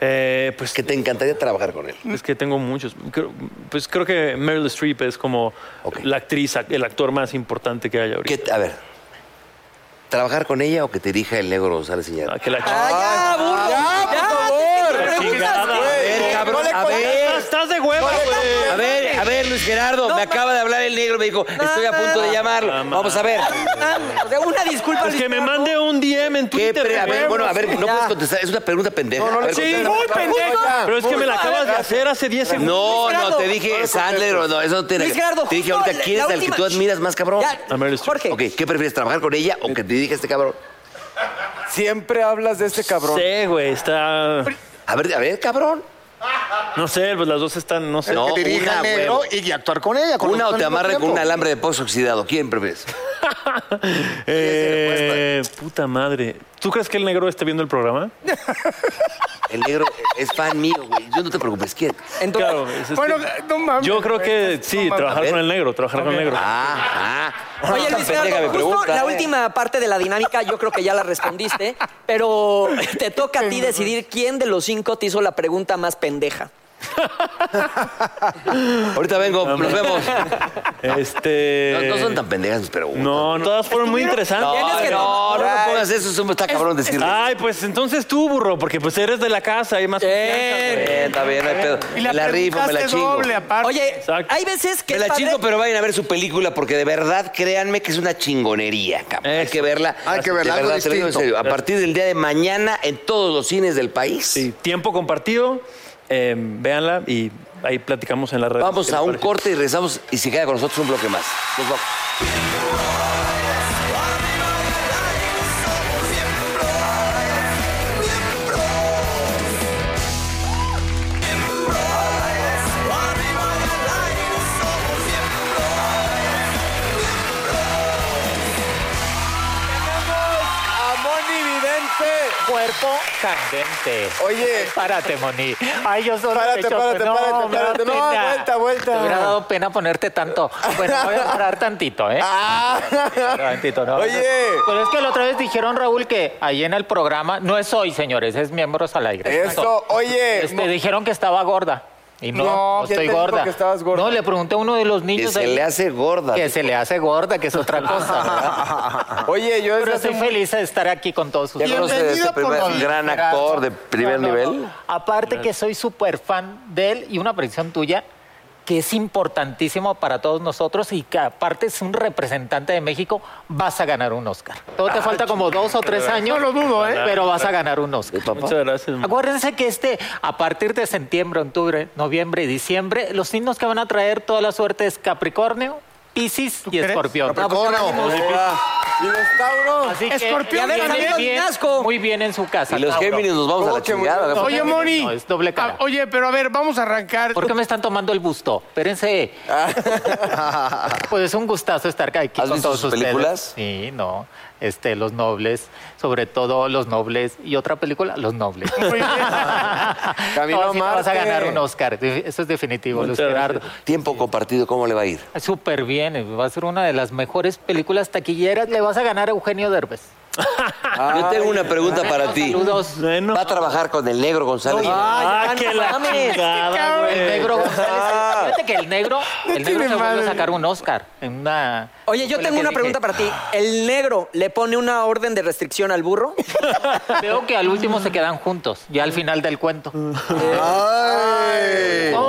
[SPEAKER 9] Eh, pues
[SPEAKER 6] Que te encantaría trabajar con él.
[SPEAKER 9] es que tengo muchos. Creo- pues creo que Meryl Streep es como
[SPEAKER 6] Ok.
[SPEAKER 9] la actriz, el actor más importante que hay ahorita.
[SPEAKER 6] Que- a ver, ¿trabajar con ella o que te dirija el negro González Iñárritu?
[SPEAKER 9] Ah, que la
[SPEAKER 3] Ah,
[SPEAKER 9] chingada.
[SPEAKER 3] ya, burro. Ya,
[SPEAKER 9] La
[SPEAKER 3] te- te preguntas.
[SPEAKER 9] chingada.
[SPEAKER 6] cabrón, a
[SPEAKER 9] Estás- Estás de hueva, güey.
[SPEAKER 6] A ver, a ver, Luis Gerardo, me acaba de hablar el negro, me dijo, estoy a punto de llamarlo. Vamos a ver.
[SPEAKER 3] Ah, o sea, una disculpa.
[SPEAKER 9] Pues que me mande un DM en
[SPEAKER 6] ¿Qué
[SPEAKER 9] Twitter.
[SPEAKER 6] pre- a ver,
[SPEAKER 9] güey.
[SPEAKER 6] bueno, a ver, no
[SPEAKER 3] Ya.
[SPEAKER 6] puedes contestar, es una pregunta pendeja. A ver,
[SPEAKER 9] Sí,
[SPEAKER 6] contesta.
[SPEAKER 9] muy pendeja. Pero es que me la
[SPEAKER 3] Muy-
[SPEAKER 9] acabas de hacer hace 10 segundos.
[SPEAKER 6] No,
[SPEAKER 3] Luis
[SPEAKER 6] no,
[SPEAKER 3] Gerardo.
[SPEAKER 6] te dije Sandler o no, eso no tiene.
[SPEAKER 3] Luis Gerardo,
[SPEAKER 6] Te dije
[SPEAKER 3] justo
[SPEAKER 6] ahorita,
[SPEAKER 3] la-
[SPEAKER 6] ¿quién
[SPEAKER 3] la
[SPEAKER 6] es al que
[SPEAKER 3] última-
[SPEAKER 6] tú admiras más, cabrón?
[SPEAKER 3] Ya,
[SPEAKER 9] A Meryl Streep.
[SPEAKER 3] Jorge.
[SPEAKER 6] Ok, ¿qué prefieres, trabajar con ella o que te dirija este cabrón?
[SPEAKER 7] Siempre hablas de este cabrón.
[SPEAKER 9] Sí, güey, está.
[SPEAKER 6] A ver, a ver, cabrón.
[SPEAKER 9] No sé, pues las dos están, no sé.
[SPEAKER 6] No,
[SPEAKER 5] que dirija
[SPEAKER 6] una,
[SPEAKER 5] al negro
[SPEAKER 6] huevo.
[SPEAKER 5] y actuar con ella. con
[SPEAKER 6] Una
[SPEAKER 5] los
[SPEAKER 6] o
[SPEAKER 5] dos
[SPEAKER 6] te
[SPEAKER 5] al mismo
[SPEAKER 6] amarran con
[SPEAKER 5] tiempo.
[SPEAKER 6] un alambre de pozo oxidado. ¿Quién prefieres?
[SPEAKER 9] Eh, puta madre. ¿Tú crees que el negro esté viendo el programa?
[SPEAKER 6] El negro es fan mío, güey. Yo no te preocupes, ¿quién?
[SPEAKER 3] Entonces,
[SPEAKER 9] claro. es- este. es
[SPEAKER 4] Bueno,
[SPEAKER 9] que-
[SPEAKER 4] no mames.
[SPEAKER 9] yo creo que sí, trabajar con el negro, trabajar con el negro.
[SPEAKER 6] Ah, ah.
[SPEAKER 3] Oye, Luis
[SPEAKER 6] Pendeja
[SPEAKER 3] Gerardo,
[SPEAKER 6] me
[SPEAKER 3] justo
[SPEAKER 6] pregunta,
[SPEAKER 3] la
[SPEAKER 6] eh.
[SPEAKER 3] última parte de la dinámica yo creo que ya la respondiste, pero te toca a ti decidir quién de los cinco te hizo la pregunta más pendeja.
[SPEAKER 6] Ahorita vengo, nos vemos.
[SPEAKER 9] Este.
[SPEAKER 6] No, no son tan pendejas mis preguntas.
[SPEAKER 9] No, no, todas fueron muy interesantes.
[SPEAKER 6] No,
[SPEAKER 3] que- Ah,
[SPEAKER 6] no, no,
[SPEAKER 3] Ay.
[SPEAKER 6] no pongas eso, eso está cabrón decirlo.
[SPEAKER 9] Ay, pues entonces tú, burro, porque pues eres de la casa, hay más confianza, güey.
[SPEAKER 6] Bien, está bien, no hay pedo.
[SPEAKER 4] Y
[SPEAKER 6] Me
[SPEAKER 4] la,
[SPEAKER 6] la rifo, me la chingo.
[SPEAKER 4] doble, aparte.
[SPEAKER 3] Oye,
[SPEAKER 9] Exacto.
[SPEAKER 3] hay veces que
[SPEAKER 6] Me
[SPEAKER 3] es
[SPEAKER 6] la
[SPEAKER 3] padre-
[SPEAKER 6] chingo, pero vayan a ver su película porque de verdad, créanme que es una chingonería, cabrón. Hay
[SPEAKER 9] Eso.
[SPEAKER 6] que verla.
[SPEAKER 5] Hay que verla,
[SPEAKER 6] De
[SPEAKER 5] algo
[SPEAKER 6] verdad, te lo digo en
[SPEAKER 5] distinto.
[SPEAKER 6] serio. A partir del día de mañana en todos los cines del país.
[SPEAKER 9] Sí, tiempo compartido. eh, véanla y ahí platicamos en la red.
[SPEAKER 6] Vamos a un corte y regresamos y se queda con nosotros un bloque más. Nos vamos.
[SPEAKER 7] A Moni Vidente
[SPEAKER 8] Cuerpo candente.
[SPEAKER 10] Oye.
[SPEAKER 8] Párate, Moni. Ay, yo solo
[SPEAKER 10] Párate,
[SPEAKER 8] te choco.
[SPEAKER 10] párate,
[SPEAKER 8] No,
[SPEAKER 10] párate,
[SPEAKER 8] me da
[SPEAKER 10] párate. No,
[SPEAKER 8] pena.
[SPEAKER 10] vuelta, vuelta.
[SPEAKER 8] Te hubiera dado pena ponerte tanto. Bueno, voy a parar tantito, ¿eh? Tantito, ¿no?
[SPEAKER 10] Ah, Oye.
[SPEAKER 8] Pero es que la otra vez dijeron, Raúl, que ahí en el programa... No es hoy, señores, es Miembros al Aire.
[SPEAKER 10] Eso, oye.
[SPEAKER 8] Este, dijeron que estaba gorda. Y
[SPEAKER 10] No,
[SPEAKER 8] no, no,
[SPEAKER 10] ¿quién
[SPEAKER 8] estoy
[SPEAKER 10] te dijo
[SPEAKER 8] gorda.
[SPEAKER 10] que
[SPEAKER 8] No, le pregunté a uno de los niños.
[SPEAKER 6] se le hace gorda,
[SPEAKER 8] Que
[SPEAKER 6] dijo.
[SPEAKER 8] se le hace gorda, que es otra cosa.
[SPEAKER 7] Oye, yo
[SPEAKER 8] Pero estoy feliz de estar aquí con todos
[SPEAKER 6] ¿Ya
[SPEAKER 8] ustedes.
[SPEAKER 6] conoce este primer gran actor de primer
[SPEAKER 8] No, no,
[SPEAKER 6] nivel?
[SPEAKER 8] no. Aparte que soy súper fan de él y una predicción tuya que es importantísimo para todos nosotros y que aparte es un representante de México, vas a ganar un Oscar. Todo te
[SPEAKER 9] Ah,
[SPEAKER 8] falta como dos o tres años. No lo dudo,
[SPEAKER 9] ¿eh?
[SPEAKER 8] Pero vas a ganar un Oscar.
[SPEAKER 9] Muchas gracias.
[SPEAKER 8] Acuérdense que este, a partir de septiembre, octubre, noviembre y diciembre, los signos que van a traer toda la suerte es Capricornio, Piscis y Escorpión.
[SPEAKER 7] Y los Tauro.
[SPEAKER 8] Así que viene bien, muy bien en su casa.
[SPEAKER 6] Y los
[SPEAKER 8] Tauro.
[SPEAKER 6] Géminis nos vamos a la chingada. ¿verdad?
[SPEAKER 4] Oh, Oye, Moni.
[SPEAKER 8] No, es doble cara.
[SPEAKER 4] Ah, Oye, pero a ver, vamos a arrancar.
[SPEAKER 8] ¿Por qué me están tomando el busto? Espérense. pues es un gustazo estar aquí
[SPEAKER 6] ¿Has
[SPEAKER 8] con
[SPEAKER 6] visto
[SPEAKER 8] todos
[SPEAKER 6] sus
[SPEAKER 8] ustedes.
[SPEAKER 6] películas?
[SPEAKER 8] Sí, no. Este, Los Nobles, sobre todo Los Nobles. Y otra película, Los Nobles.
[SPEAKER 7] Camino
[SPEAKER 8] No,
[SPEAKER 7] a
[SPEAKER 8] sí te vas a
[SPEAKER 7] Marte.
[SPEAKER 8] ganar un Oscar. Eso es definitivo, Luis Gerardo.
[SPEAKER 6] Tiempo compartido, ¿cómo le va a ir?
[SPEAKER 8] Súper bien. Va a ser una de las mejores películas taquilleras. Le vas a ganar a Eugenio Derbez.
[SPEAKER 6] Yo tengo una pregunta para ti.
[SPEAKER 8] Saludos.
[SPEAKER 6] ¿Va a trabajar con el negro González?
[SPEAKER 9] Ah, que la
[SPEAKER 8] mames.
[SPEAKER 9] chingada, güey.
[SPEAKER 8] El negro González.
[SPEAKER 7] Ah.
[SPEAKER 8] Fíjate que el negro, el negro
[SPEAKER 4] tiene
[SPEAKER 8] se volvió
[SPEAKER 4] madre.
[SPEAKER 8] a sacar un Oscar. En una,
[SPEAKER 3] Oye, yo
[SPEAKER 8] fue la
[SPEAKER 3] tengo
[SPEAKER 8] que dije,
[SPEAKER 3] una
[SPEAKER 8] "Ah".
[SPEAKER 3] pregunta para ti. ¿El negro le pone una orden de restricción al burro?
[SPEAKER 8] Veo que al último se quedan juntos, ya al final del cuento. No,
[SPEAKER 6] No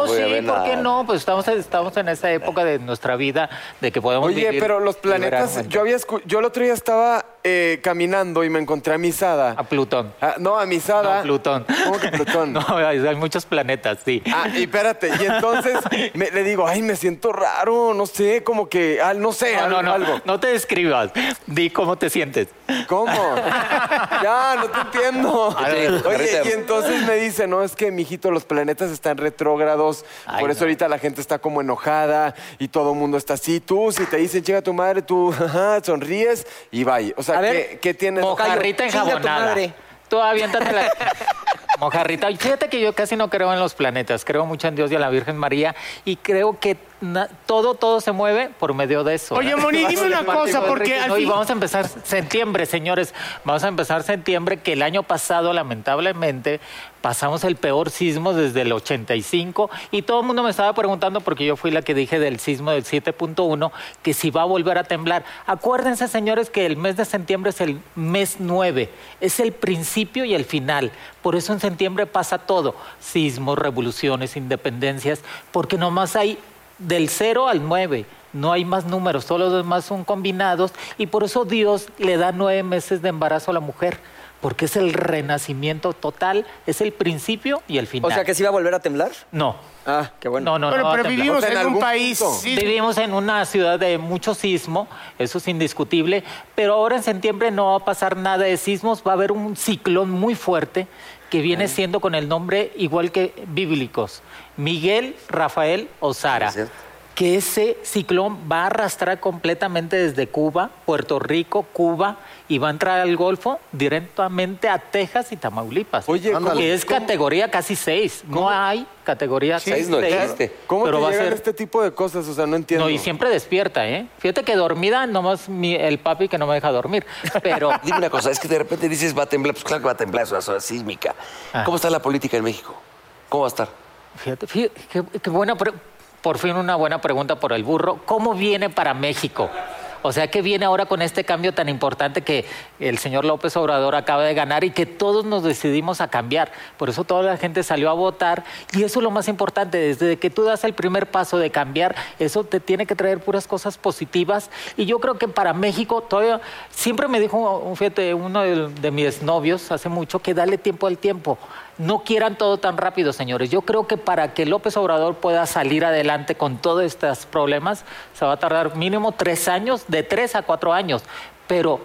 [SPEAKER 6] voy a
[SPEAKER 8] sí,
[SPEAKER 6] ver
[SPEAKER 8] ¿por qué
[SPEAKER 6] nada.
[SPEAKER 8] no? Pues estamos, estamos en esa época de nuestra vida de que podemos
[SPEAKER 7] Oye,
[SPEAKER 8] vivir,
[SPEAKER 7] pero los planetas.
[SPEAKER 8] liberarnos.
[SPEAKER 7] Yo había escu- yo el otro día estaba eh, caminando y me encontré a Misada.
[SPEAKER 8] A Plutón.
[SPEAKER 7] Ah, no, a Misada.
[SPEAKER 8] No, Plutón.
[SPEAKER 7] ¿Cómo que Plutón?
[SPEAKER 8] No, hay hay muchos planetas, sí.
[SPEAKER 7] Ah, y espérate, y entonces me- le digo, ay, me siento raro, no sé, como que, ah, no sé,
[SPEAKER 8] No,
[SPEAKER 7] algo.
[SPEAKER 8] no, no,
[SPEAKER 7] algo.
[SPEAKER 8] no te describas. Di cómo te sientes.
[SPEAKER 7] ¿Cómo? ya, no te entiendo.
[SPEAKER 8] Ah,
[SPEAKER 6] A ver,
[SPEAKER 7] Oye, y
[SPEAKER 6] Carita.
[SPEAKER 7] entonces me dice, no, es que, mijito, los planetas están retrógrados,
[SPEAKER 8] Ay,
[SPEAKER 7] por eso
[SPEAKER 8] no.
[SPEAKER 7] ahorita la gente está como enojada y todo el mundo está así. Tú, si te dicen, llega tu madre, tú ajá, sonríes y vaya. O sea,
[SPEAKER 3] A
[SPEAKER 7] ¿qué,
[SPEAKER 3] ver,
[SPEAKER 7] qué tienes?
[SPEAKER 8] Mojarrita
[SPEAKER 3] Chinga tu
[SPEAKER 8] enjabonada.
[SPEAKER 3] madre.
[SPEAKER 8] Tú aviéntate la... Mojarrita. Y Fíjate que yo casi no creo en los planetas. Creo mucho en Dios y en la Virgen María. Y creo que na- todo, todo se mueve por medio de eso.
[SPEAKER 4] Oye, Moni, dime una cosa, porque al
[SPEAKER 8] No, y
[SPEAKER 4] fin-
[SPEAKER 8] vamos a empezar septiembre, señores. Vamos a empezar septiembre, que el año pasado, lamentablemente, pasamos el peor sismo desde el 85. Y todo el mundo me estaba preguntando, porque yo fui la que dije del sismo del 7.1, que si va a volver a temblar. Acuérdense, señores, que el mes de septiembre es el mes 9. Es el principio y el final. Por eso en septiembre pasa todo. Sismos, revoluciones, independencias, porque nomás hay del 0 al 9. No hay más números, solo los demás son combinados y por eso Dios le da nueve meses de embarazo a la mujer, porque es el renacimiento total, es el principio y el final.
[SPEAKER 3] O sea, que sí va a volver a temblar.
[SPEAKER 8] No,
[SPEAKER 3] Ah, qué bueno.
[SPEAKER 8] no, no,
[SPEAKER 4] Bueno,
[SPEAKER 8] no.
[SPEAKER 4] pero
[SPEAKER 8] va a temblar.
[SPEAKER 4] vivimos
[SPEAKER 7] O sea, en
[SPEAKER 4] en un
[SPEAKER 7] algún
[SPEAKER 4] país.
[SPEAKER 7] punto.
[SPEAKER 4] sí,
[SPEAKER 8] Vivimos en una ciudad de mucho sismo, eso es indiscutible, pero ahora en septiembre no va a pasar nada de sismos, va a haber un ciclón muy fuerte que viene siendo con el nombre igual que bíblicos, Miguel, Rafael o Sara.
[SPEAKER 6] Es cierto.
[SPEAKER 8] Que ese ciclón va a arrastrar completamente desde Cuba, Puerto Rico, Cuba y va a entrar al Golfo directamente a Texas y Tamaulipas.
[SPEAKER 7] Oye, ¿cómo-
[SPEAKER 8] que es
[SPEAKER 7] cómo-
[SPEAKER 8] categoría casi 6. No hay categoría
[SPEAKER 6] Sí,
[SPEAKER 8] 6.
[SPEAKER 6] no existe.
[SPEAKER 7] ¿Cómo
[SPEAKER 8] pero
[SPEAKER 7] te
[SPEAKER 8] va a
[SPEAKER 7] llegan
[SPEAKER 8] ser
[SPEAKER 7] este tipo de cosas? O sea, no entiendo.
[SPEAKER 8] no, y siempre despierta, ¿eh? Fíjate que dormida, nomás mi- el papi que no me deja dormir. Pero
[SPEAKER 6] Dime una cosa, es que de repente dices va a temblar, pues claro que va a temblar, es una zona sísmica.
[SPEAKER 8] Ah.
[SPEAKER 6] ¿Cómo está la política en México? ¿Cómo va a estar?
[SPEAKER 8] fíjate, fí- qué, qué buena, pre- por fin una buena pregunta por el burro. ¿Cómo viene para México? O sea, ¿qué viene ahora con este cambio tan importante que el señor López Obrador acaba de ganar y que todos nos decidimos a cambiar? Por eso toda la gente salió a votar y eso es lo más importante. Desde que tú das el primer paso de cambiar, eso te tiene que traer puras cosas positivas. Y yo creo que para México todavía, siempre me dijo un- fíjate, uno de, de mis novios hace mucho que dale tiempo al tiempo. No quieran todo tan rápido, señores. Yo creo que para que López Obrador pueda salir adelante con todos estos problemas, se va a tardar mínimo tres años, de tres a cuatro años. Pero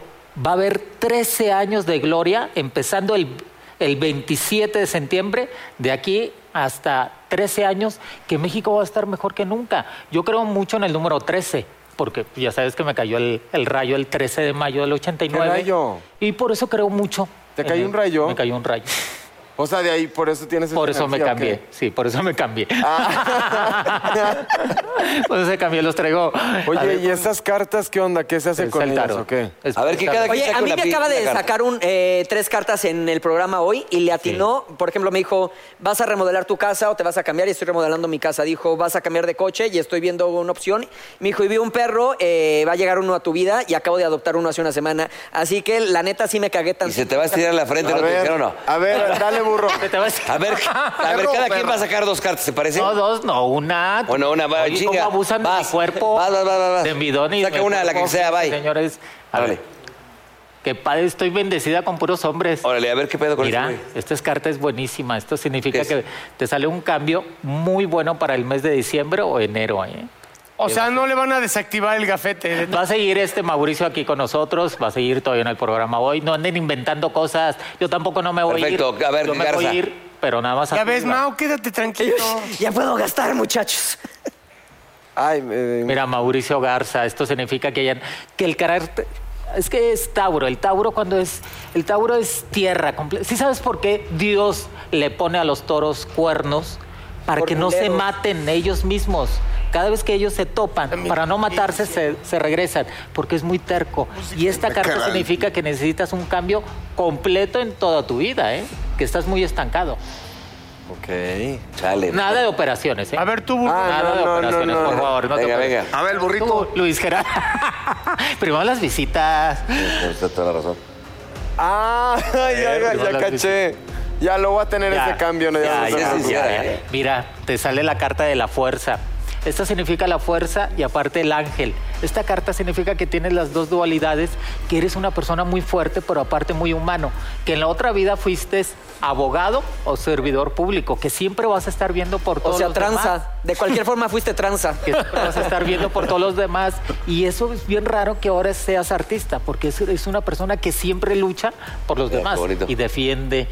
[SPEAKER 8] va a haber 13 años de gloria, empezando el, el 27 de septiembre, de aquí hasta 13 años, que México va a estar mejor que nunca. Yo creo mucho en el número 13, porque ya sabes que me cayó el, el rayo el 13 de mayo del 89.
[SPEAKER 7] ¿Qué rayo?
[SPEAKER 8] Y por eso creo mucho
[SPEAKER 7] ¿Te cayó un rayo?
[SPEAKER 8] Me cayó un rayo.
[SPEAKER 7] O sea, de ahí por eso tienes
[SPEAKER 8] Por
[SPEAKER 7] esta
[SPEAKER 8] eso me
[SPEAKER 7] energía, ¿o qué?
[SPEAKER 8] cambié, sí, por eso me cambié.
[SPEAKER 6] Ah.
[SPEAKER 8] por eso me cambié, los traigo. a
[SPEAKER 7] Oye,
[SPEAKER 8] ver,
[SPEAKER 7] ¿y esas cartas qué onda? ¿Qué se hace
[SPEAKER 8] Es
[SPEAKER 7] con
[SPEAKER 8] el
[SPEAKER 7] ellas
[SPEAKER 8] tarot.
[SPEAKER 7] o qué?
[SPEAKER 8] Es- A ver, que cada quien
[SPEAKER 3] Oye, a mí me acaba de sacar un, eh, tres cartas en el programa hoy y le atinó. Por ejemplo, me dijo, vas a remodelar tu casa o te vas a cambiar y estoy remodelando mi casa. Dijo, vas a cambiar de coche y estoy viendo una opción. Me dijo, y vi un perro, eh, va a llegar uno a tu vida y acabo de adoptar uno hace una semana. Así que la neta sí me cagué tan...
[SPEAKER 6] Y se te va a estirar la frente,
[SPEAKER 4] A
[SPEAKER 6] ¿no te
[SPEAKER 4] ver,
[SPEAKER 6] dijeron o no?
[SPEAKER 4] A ver, dale, burro.
[SPEAKER 8] te vas-
[SPEAKER 6] A ver, a ver,
[SPEAKER 4] Perro,
[SPEAKER 6] cada quien
[SPEAKER 4] perro.
[SPEAKER 6] va a sacar dos cartas, ¿te parece?
[SPEAKER 8] No, dos, no, una.
[SPEAKER 6] Bueno, una, va,
[SPEAKER 8] Oye,
[SPEAKER 6] chinga.
[SPEAKER 8] ¿Cómo abusan de mi
[SPEAKER 6] Vas,
[SPEAKER 8] cuerpo?
[SPEAKER 6] vas, vas, vas, vas.
[SPEAKER 8] De mi don y
[SPEAKER 6] Saca
[SPEAKER 8] de mi
[SPEAKER 6] una, la que
[SPEAKER 8] cuerpo,
[SPEAKER 6] sea, bye.
[SPEAKER 8] Señores, a
[SPEAKER 6] Órale.
[SPEAKER 8] ver. Que padre, estoy bendecida con puros hombres.
[SPEAKER 6] Órale, a ver qué pedo con
[SPEAKER 8] Mira,
[SPEAKER 6] este güey.
[SPEAKER 8] esta es- carta es buenísima. Esto significa
[SPEAKER 6] ¿Qué es?
[SPEAKER 8] que te sale un cambio muy bueno para el mes de diciembre o enero. ¿eh?
[SPEAKER 4] O sea, no le van a desactivar el gafete.
[SPEAKER 8] Va a seguir este Mauricio aquí con nosotros, va a seguir todavía en el programa hoy. No anden inventando cosas. Yo tampoco no me voy a ir.
[SPEAKER 6] Perfecto, a ver,
[SPEAKER 8] Yo me voy
[SPEAKER 6] Garza.
[SPEAKER 8] a ir, pero nada más.
[SPEAKER 4] Ya ves,
[SPEAKER 8] arriba.
[SPEAKER 4] Mao, quédate tranquilo.
[SPEAKER 3] Ya puedo gastar, muchachos.
[SPEAKER 7] Ay, me-
[SPEAKER 8] Mira, Mauricio Garza, esto significa que hayan, que el carácter es que es Tauro, el Tauro cuando es el Tauro es tierra completa. ¿Sí sabes por qué Dios le pone a los toros cuernos para
[SPEAKER 3] Por
[SPEAKER 8] que no se
[SPEAKER 3] culeros.
[SPEAKER 8] maten ellos mismos? Cada vez que ellos se topan, para no matarse, se, se regresan, porque es muy terco. Y esta carta significa que necesitas un cambio completo en toda tu vida, ¿eh? que estás muy estancado.
[SPEAKER 6] Ok. Chale.
[SPEAKER 8] Nada de operaciones. ¿eh?
[SPEAKER 4] A ver, tú, burro.
[SPEAKER 7] Ah,
[SPEAKER 8] Nada
[SPEAKER 7] no,
[SPEAKER 8] de
[SPEAKER 7] no,
[SPEAKER 8] operaciones,
[SPEAKER 7] no, no.
[SPEAKER 8] por favor. No te
[SPEAKER 6] Venga,
[SPEAKER 8] operes.
[SPEAKER 6] venga.
[SPEAKER 5] A ver, el burrito.
[SPEAKER 8] Tú, Luis Gerardo. Primero las visitas.
[SPEAKER 6] Usted toda la razón.
[SPEAKER 7] Ah, ya, ya,
[SPEAKER 8] Primero
[SPEAKER 7] ya
[SPEAKER 8] las
[SPEAKER 7] caché. Ya lo voy a tener
[SPEAKER 8] Ya,
[SPEAKER 7] ese cambio. No, no
[SPEAKER 8] ya,
[SPEAKER 7] se ¿eh?
[SPEAKER 8] ya,
[SPEAKER 7] preocupe.
[SPEAKER 6] ya,
[SPEAKER 8] ya, ya. Mira, te sale la carta de la fuerza. Esta significa la fuerza y aparte el ángel. Esta carta significa que tienes las dos dualidades, que eres una persona muy fuerte, pero aparte muy humano. Que en la otra vida fuiste abogado o servidor público, que siempre vas a estar viendo por todos
[SPEAKER 3] O sea,
[SPEAKER 8] los
[SPEAKER 3] tranza.
[SPEAKER 8] demás.
[SPEAKER 3] De cualquier forma fuiste tranza.
[SPEAKER 8] que siempre vas a estar viendo por todos los demás. Y eso es bien raro que ahora seas artista, porque es, es una persona que siempre lucha por los
[SPEAKER 6] Mira,
[SPEAKER 8] demás
[SPEAKER 6] qué bonito.
[SPEAKER 8] y defiende.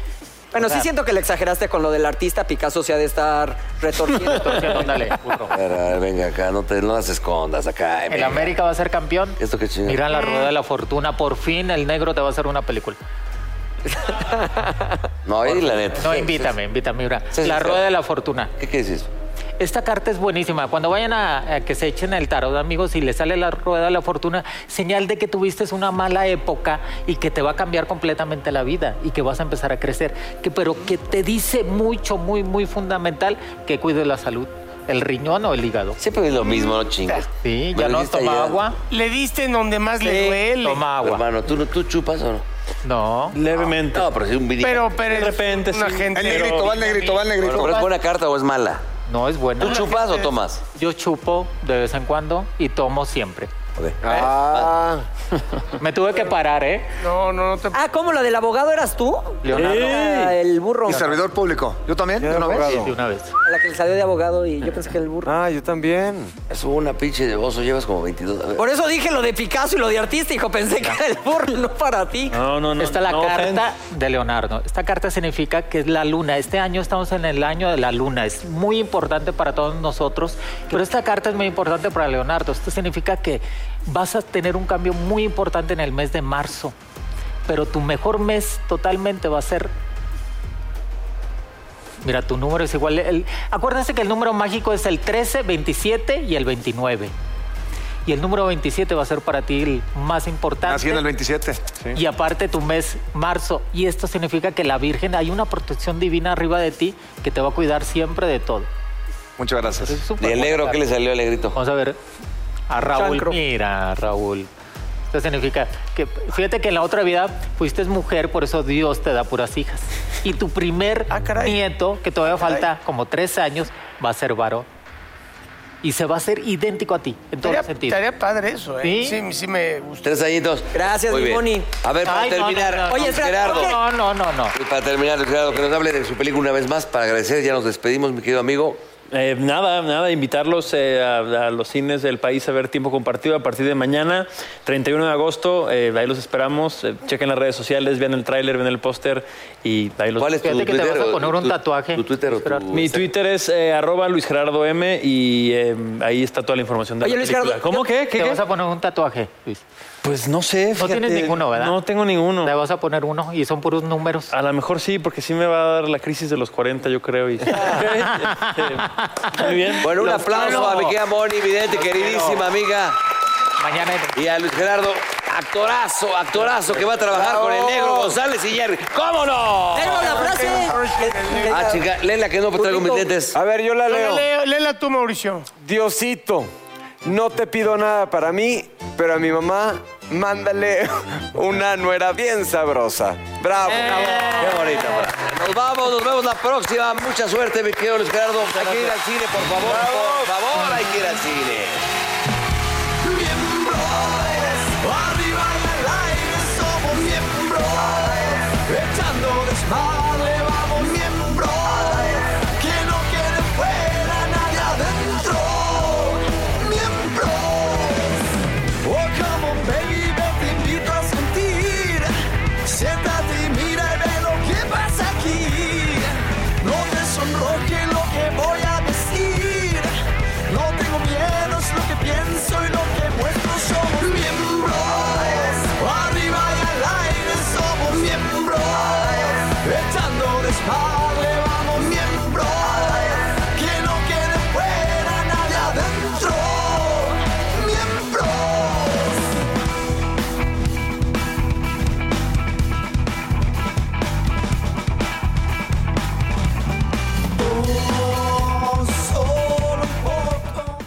[SPEAKER 3] Bueno, sí siento que le exageraste con lo del artista. Picasso se ha de estar retorciendo.
[SPEAKER 8] Entonces, ándale, burro.
[SPEAKER 6] A ver, a ver, venga acá, no te no las escondas acá. eh,
[SPEAKER 8] El
[SPEAKER 6] venga.
[SPEAKER 8] América va a ser campeón.
[SPEAKER 6] Esto qué chingada.
[SPEAKER 3] Mm.
[SPEAKER 8] Mira la rueda de la fortuna. Por fin el negro te va a hacer una película.
[SPEAKER 6] No, ahí la neta.
[SPEAKER 8] No, invítame, invítame. Mira.
[SPEAKER 6] Sí, sí,
[SPEAKER 8] la
[SPEAKER 6] sí.
[SPEAKER 8] rueda de la fortuna.
[SPEAKER 6] ¿Qué quieres decir?
[SPEAKER 8] Esta carta es buenísima. Cuando vayan a, a que se echen el tarot, amigos, y le sale la rueda de la fortuna, señal de que tuviste una mala época y que te va a cambiar completamente la vida y que vas a empezar a crecer. Que, pero que te dice mucho, muy, muy fundamental que cuides la salud, el riñón o el hígado.
[SPEAKER 6] Siempre es lo mismo, no chingas.
[SPEAKER 8] Sí,
[SPEAKER 6] Me
[SPEAKER 8] ya
[SPEAKER 6] lo
[SPEAKER 8] no
[SPEAKER 6] dijiste
[SPEAKER 8] toma
[SPEAKER 6] ayer.
[SPEAKER 8] agua.
[SPEAKER 4] Le diste en donde más le duele.
[SPEAKER 8] Toma agua.
[SPEAKER 6] Hermano, ¿tú, no- ¿tú chupas o no?
[SPEAKER 8] No.
[SPEAKER 9] Levemente.
[SPEAKER 6] No, pero sí un video.
[SPEAKER 4] Pero, pero.
[SPEAKER 9] De repente,
[SPEAKER 4] Una
[SPEAKER 9] sí.
[SPEAKER 4] gente.
[SPEAKER 5] El negrito, va el negrito, va el
[SPEAKER 6] Bueno,
[SPEAKER 5] negrito.
[SPEAKER 6] pero ¿es buena carta o es mala?
[SPEAKER 8] No es bueno.
[SPEAKER 6] ¿Tú chupas o tomas?
[SPEAKER 8] Yo chupo de vez en cuando y tomo siempre.
[SPEAKER 6] Ok.
[SPEAKER 7] Ah,
[SPEAKER 8] Me tuve que parar, ¿eh?
[SPEAKER 4] No, no, no te.
[SPEAKER 3] Ah, ¿cómo? ¿La del abogado eras tú?
[SPEAKER 8] Leonardo.
[SPEAKER 3] Ah, el burro.
[SPEAKER 5] Y servidor público. Yo también, de una vez.
[SPEAKER 8] De una vez.
[SPEAKER 3] La que le salió de abogado y yo pensé que el burro.
[SPEAKER 7] ah, yo también.
[SPEAKER 6] Es una pinche de oso, llevas como 22. A ver.
[SPEAKER 3] Por eso dije lo de Picasso y lo de artista, hijo. Pensé que era el burro, no para ti.
[SPEAKER 9] No, no, no.
[SPEAKER 8] Está la
[SPEAKER 9] no
[SPEAKER 8] carta
[SPEAKER 9] offense.
[SPEAKER 8] de Leonardo. Esta carta significa que es la luna. Este año estamos en el año de la luna. Es muy importante para todos nosotros. Pero esta carta es muy importante para Leonardo. Esto significa que vas a tener un cambio muy importante en el mes de marzo. Pero tu mejor mes totalmente va a ser. Mira, tu número es igual. El... Acuérdense que el número mágico es el 13, 27 y el 29. Y el número 27 va a ser para ti el más importante.
[SPEAKER 5] Nací en el 27.
[SPEAKER 8] Y aparte tu mes, marzo. Y esto significa que la Virgen, hay una protección divina arriba de ti que te va a cuidar siempre de todo.
[SPEAKER 5] Muchas gracias.
[SPEAKER 8] Es súper
[SPEAKER 6] ¿Y el
[SPEAKER 8] buena
[SPEAKER 6] negro qué
[SPEAKER 8] carta.
[SPEAKER 6] le salió al negrito?
[SPEAKER 8] Vamos a ver. A Raúl.
[SPEAKER 3] Chancro.
[SPEAKER 8] Mira, Raúl. Esto significa que, fíjate que en la otra vida fuiste mujer, por eso Dios te da puras hijas. Y tu primer
[SPEAKER 4] Ah, caray.
[SPEAKER 8] nieto, que todavía falta como tres años, va a ser varón. Y se va a ser idéntico a ti, en todos
[SPEAKER 4] Estaría,
[SPEAKER 8] los sentidos.
[SPEAKER 4] estaría padre eso, ¿eh?
[SPEAKER 8] ¿Sí?
[SPEAKER 4] sí, sí me gusta.
[SPEAKER 6] Tres añitos.
[SPEAKER 3] Gracias,
[SPEAKER 6] Muy
[SPEAKER 3] mi
[SPEAKER 6] bien.
[SPEAKER 3] Moni.
[SPEAKER 6] A ver, para
[SPEAKER 8] Ay, no, no,
[SPEAKER 6] terminar,
[SPEAKER 8] no, no.
[SPEAKER 3] Oye, espera,
[SPEAKER 6] Gerardo.
[SPEAKER 3] ¿por
[SPEAKER 8] No, no, no, no.
[SPEAKER 6] Y para terminar, Gerardo, que nos hable de su película una vez más para agradecer. Ya nos despedimos, mi querido amigo.
[SPEAKER 9] Eh, nada, nada, invitarlos eh, a, a los cines del país a ver tiempo compartido a partir de mañana, 31 de agosto. eh, ahí los esperamos. Eh, chequen las redes sociales, vean el tráiler, vean el póster y ahí los
[SPEAKER 6] ¿Cuál es tu
[SPEAKER 8] Fíjate que
[SPEAKER 6] Twitter?
[SPEAKER 8] te vas a
[SPEAKER 6] o
[SPEAKER 8] poner un
[SPEAKER 6] tu-
[SPEAKER 8] tatuaje,
[SPEAKER 6] Tu Twitter o tu...
[SPEAKER 8] Gerardo.
[SPEAKER 9] Mi Twitter es eh, arroba Luis Gerardo M y eh, ahí está toda la información de
[SPEAKER 3] Oye,
[SPEAKER 9] la
[SPEAKER 3] Luis
[SPEAKER 9] película.
[SPEAKER 3] Gerardo,
[SPEAKER 9] ¿Cómo
[SPEAKER 3] yo-
[SPEAKER 9] que? ¿Qué,
[SPEAKER 8] Te
[SPEAKER 9] qué?
[SPEAKER 8] vas a poner un tatuaje, Luis.
[SPEAKER 9] Pues no sé.
[SPEAKER 8] No tienes
[SPEAKER 9] fíjate,
[SPEAKER 8] ninguno, ¿verdad?
[SPEAKER 9] No tengo ninguno.
[SPEAKER 8] Te vas a poner uno y son puros números.
[SPEAKER 9] A lo mejor sí, porque sí me va a dar la crisis de los 40, yo creo. y- Este, muy bien.
[SPEAKER 6] Bueno, un
[SPEAKER 9] Los
[SPEAKER 6] aplauso
[SPEAKER 9] quiero.
[SPEAKER 6] a mi querida Moni Vidente,
[SPEAKER 9] Los
[SPEAKER 6] queridísima amiga.
[SPEAKER 8] Mañana.
[SPEAKER 6] Y a Luis Gerardo, actorazo, actorazo, que va a trabajar con el negro González y Jerry. ¡Cómo no!
[SPEAKER 11] Tengo la frase.
[SPEAKER 6] Ah, chica, léela que no pues, traigo mis lentes.
[SPEAKER 7] A ver, yo la
[SPEAKER 12] No,
[SPEAKER 7] leo.
[SPEAKER 12] leo- Léela tú, Mauricio.
[SPEAKER 7] Diosito, no te pido nada para mí, pero a mi mamá mándale una nuera bien sabrosa. Bravo.
[SPEAKER 6] Eh. Qué bonita. frase. Nos vamos, nos vemos la próxima. Mucha suerte, mi querido Luis Gerardo. Hay que ir al cine, por favor, por favor, hay que ir al cine.
[SPEAKER 2] Miembros, arriba y al aire somos miembros, echando desmadre vamos miembros, que no quede fuera nadie adentro, miembros. Oh come on baby, te invito a sentir, siéntate y mira y ve lo que pasa aquí, no te sonroje lo que voy a decir. No tengo miedo, es lo que pienso y lo que muestro. Somos miembros, arriba y al aire somos miembros. Echando desmadre vamos miembros. Que no quede fuera nadie adentro. Miembros. Oh, solo un poco.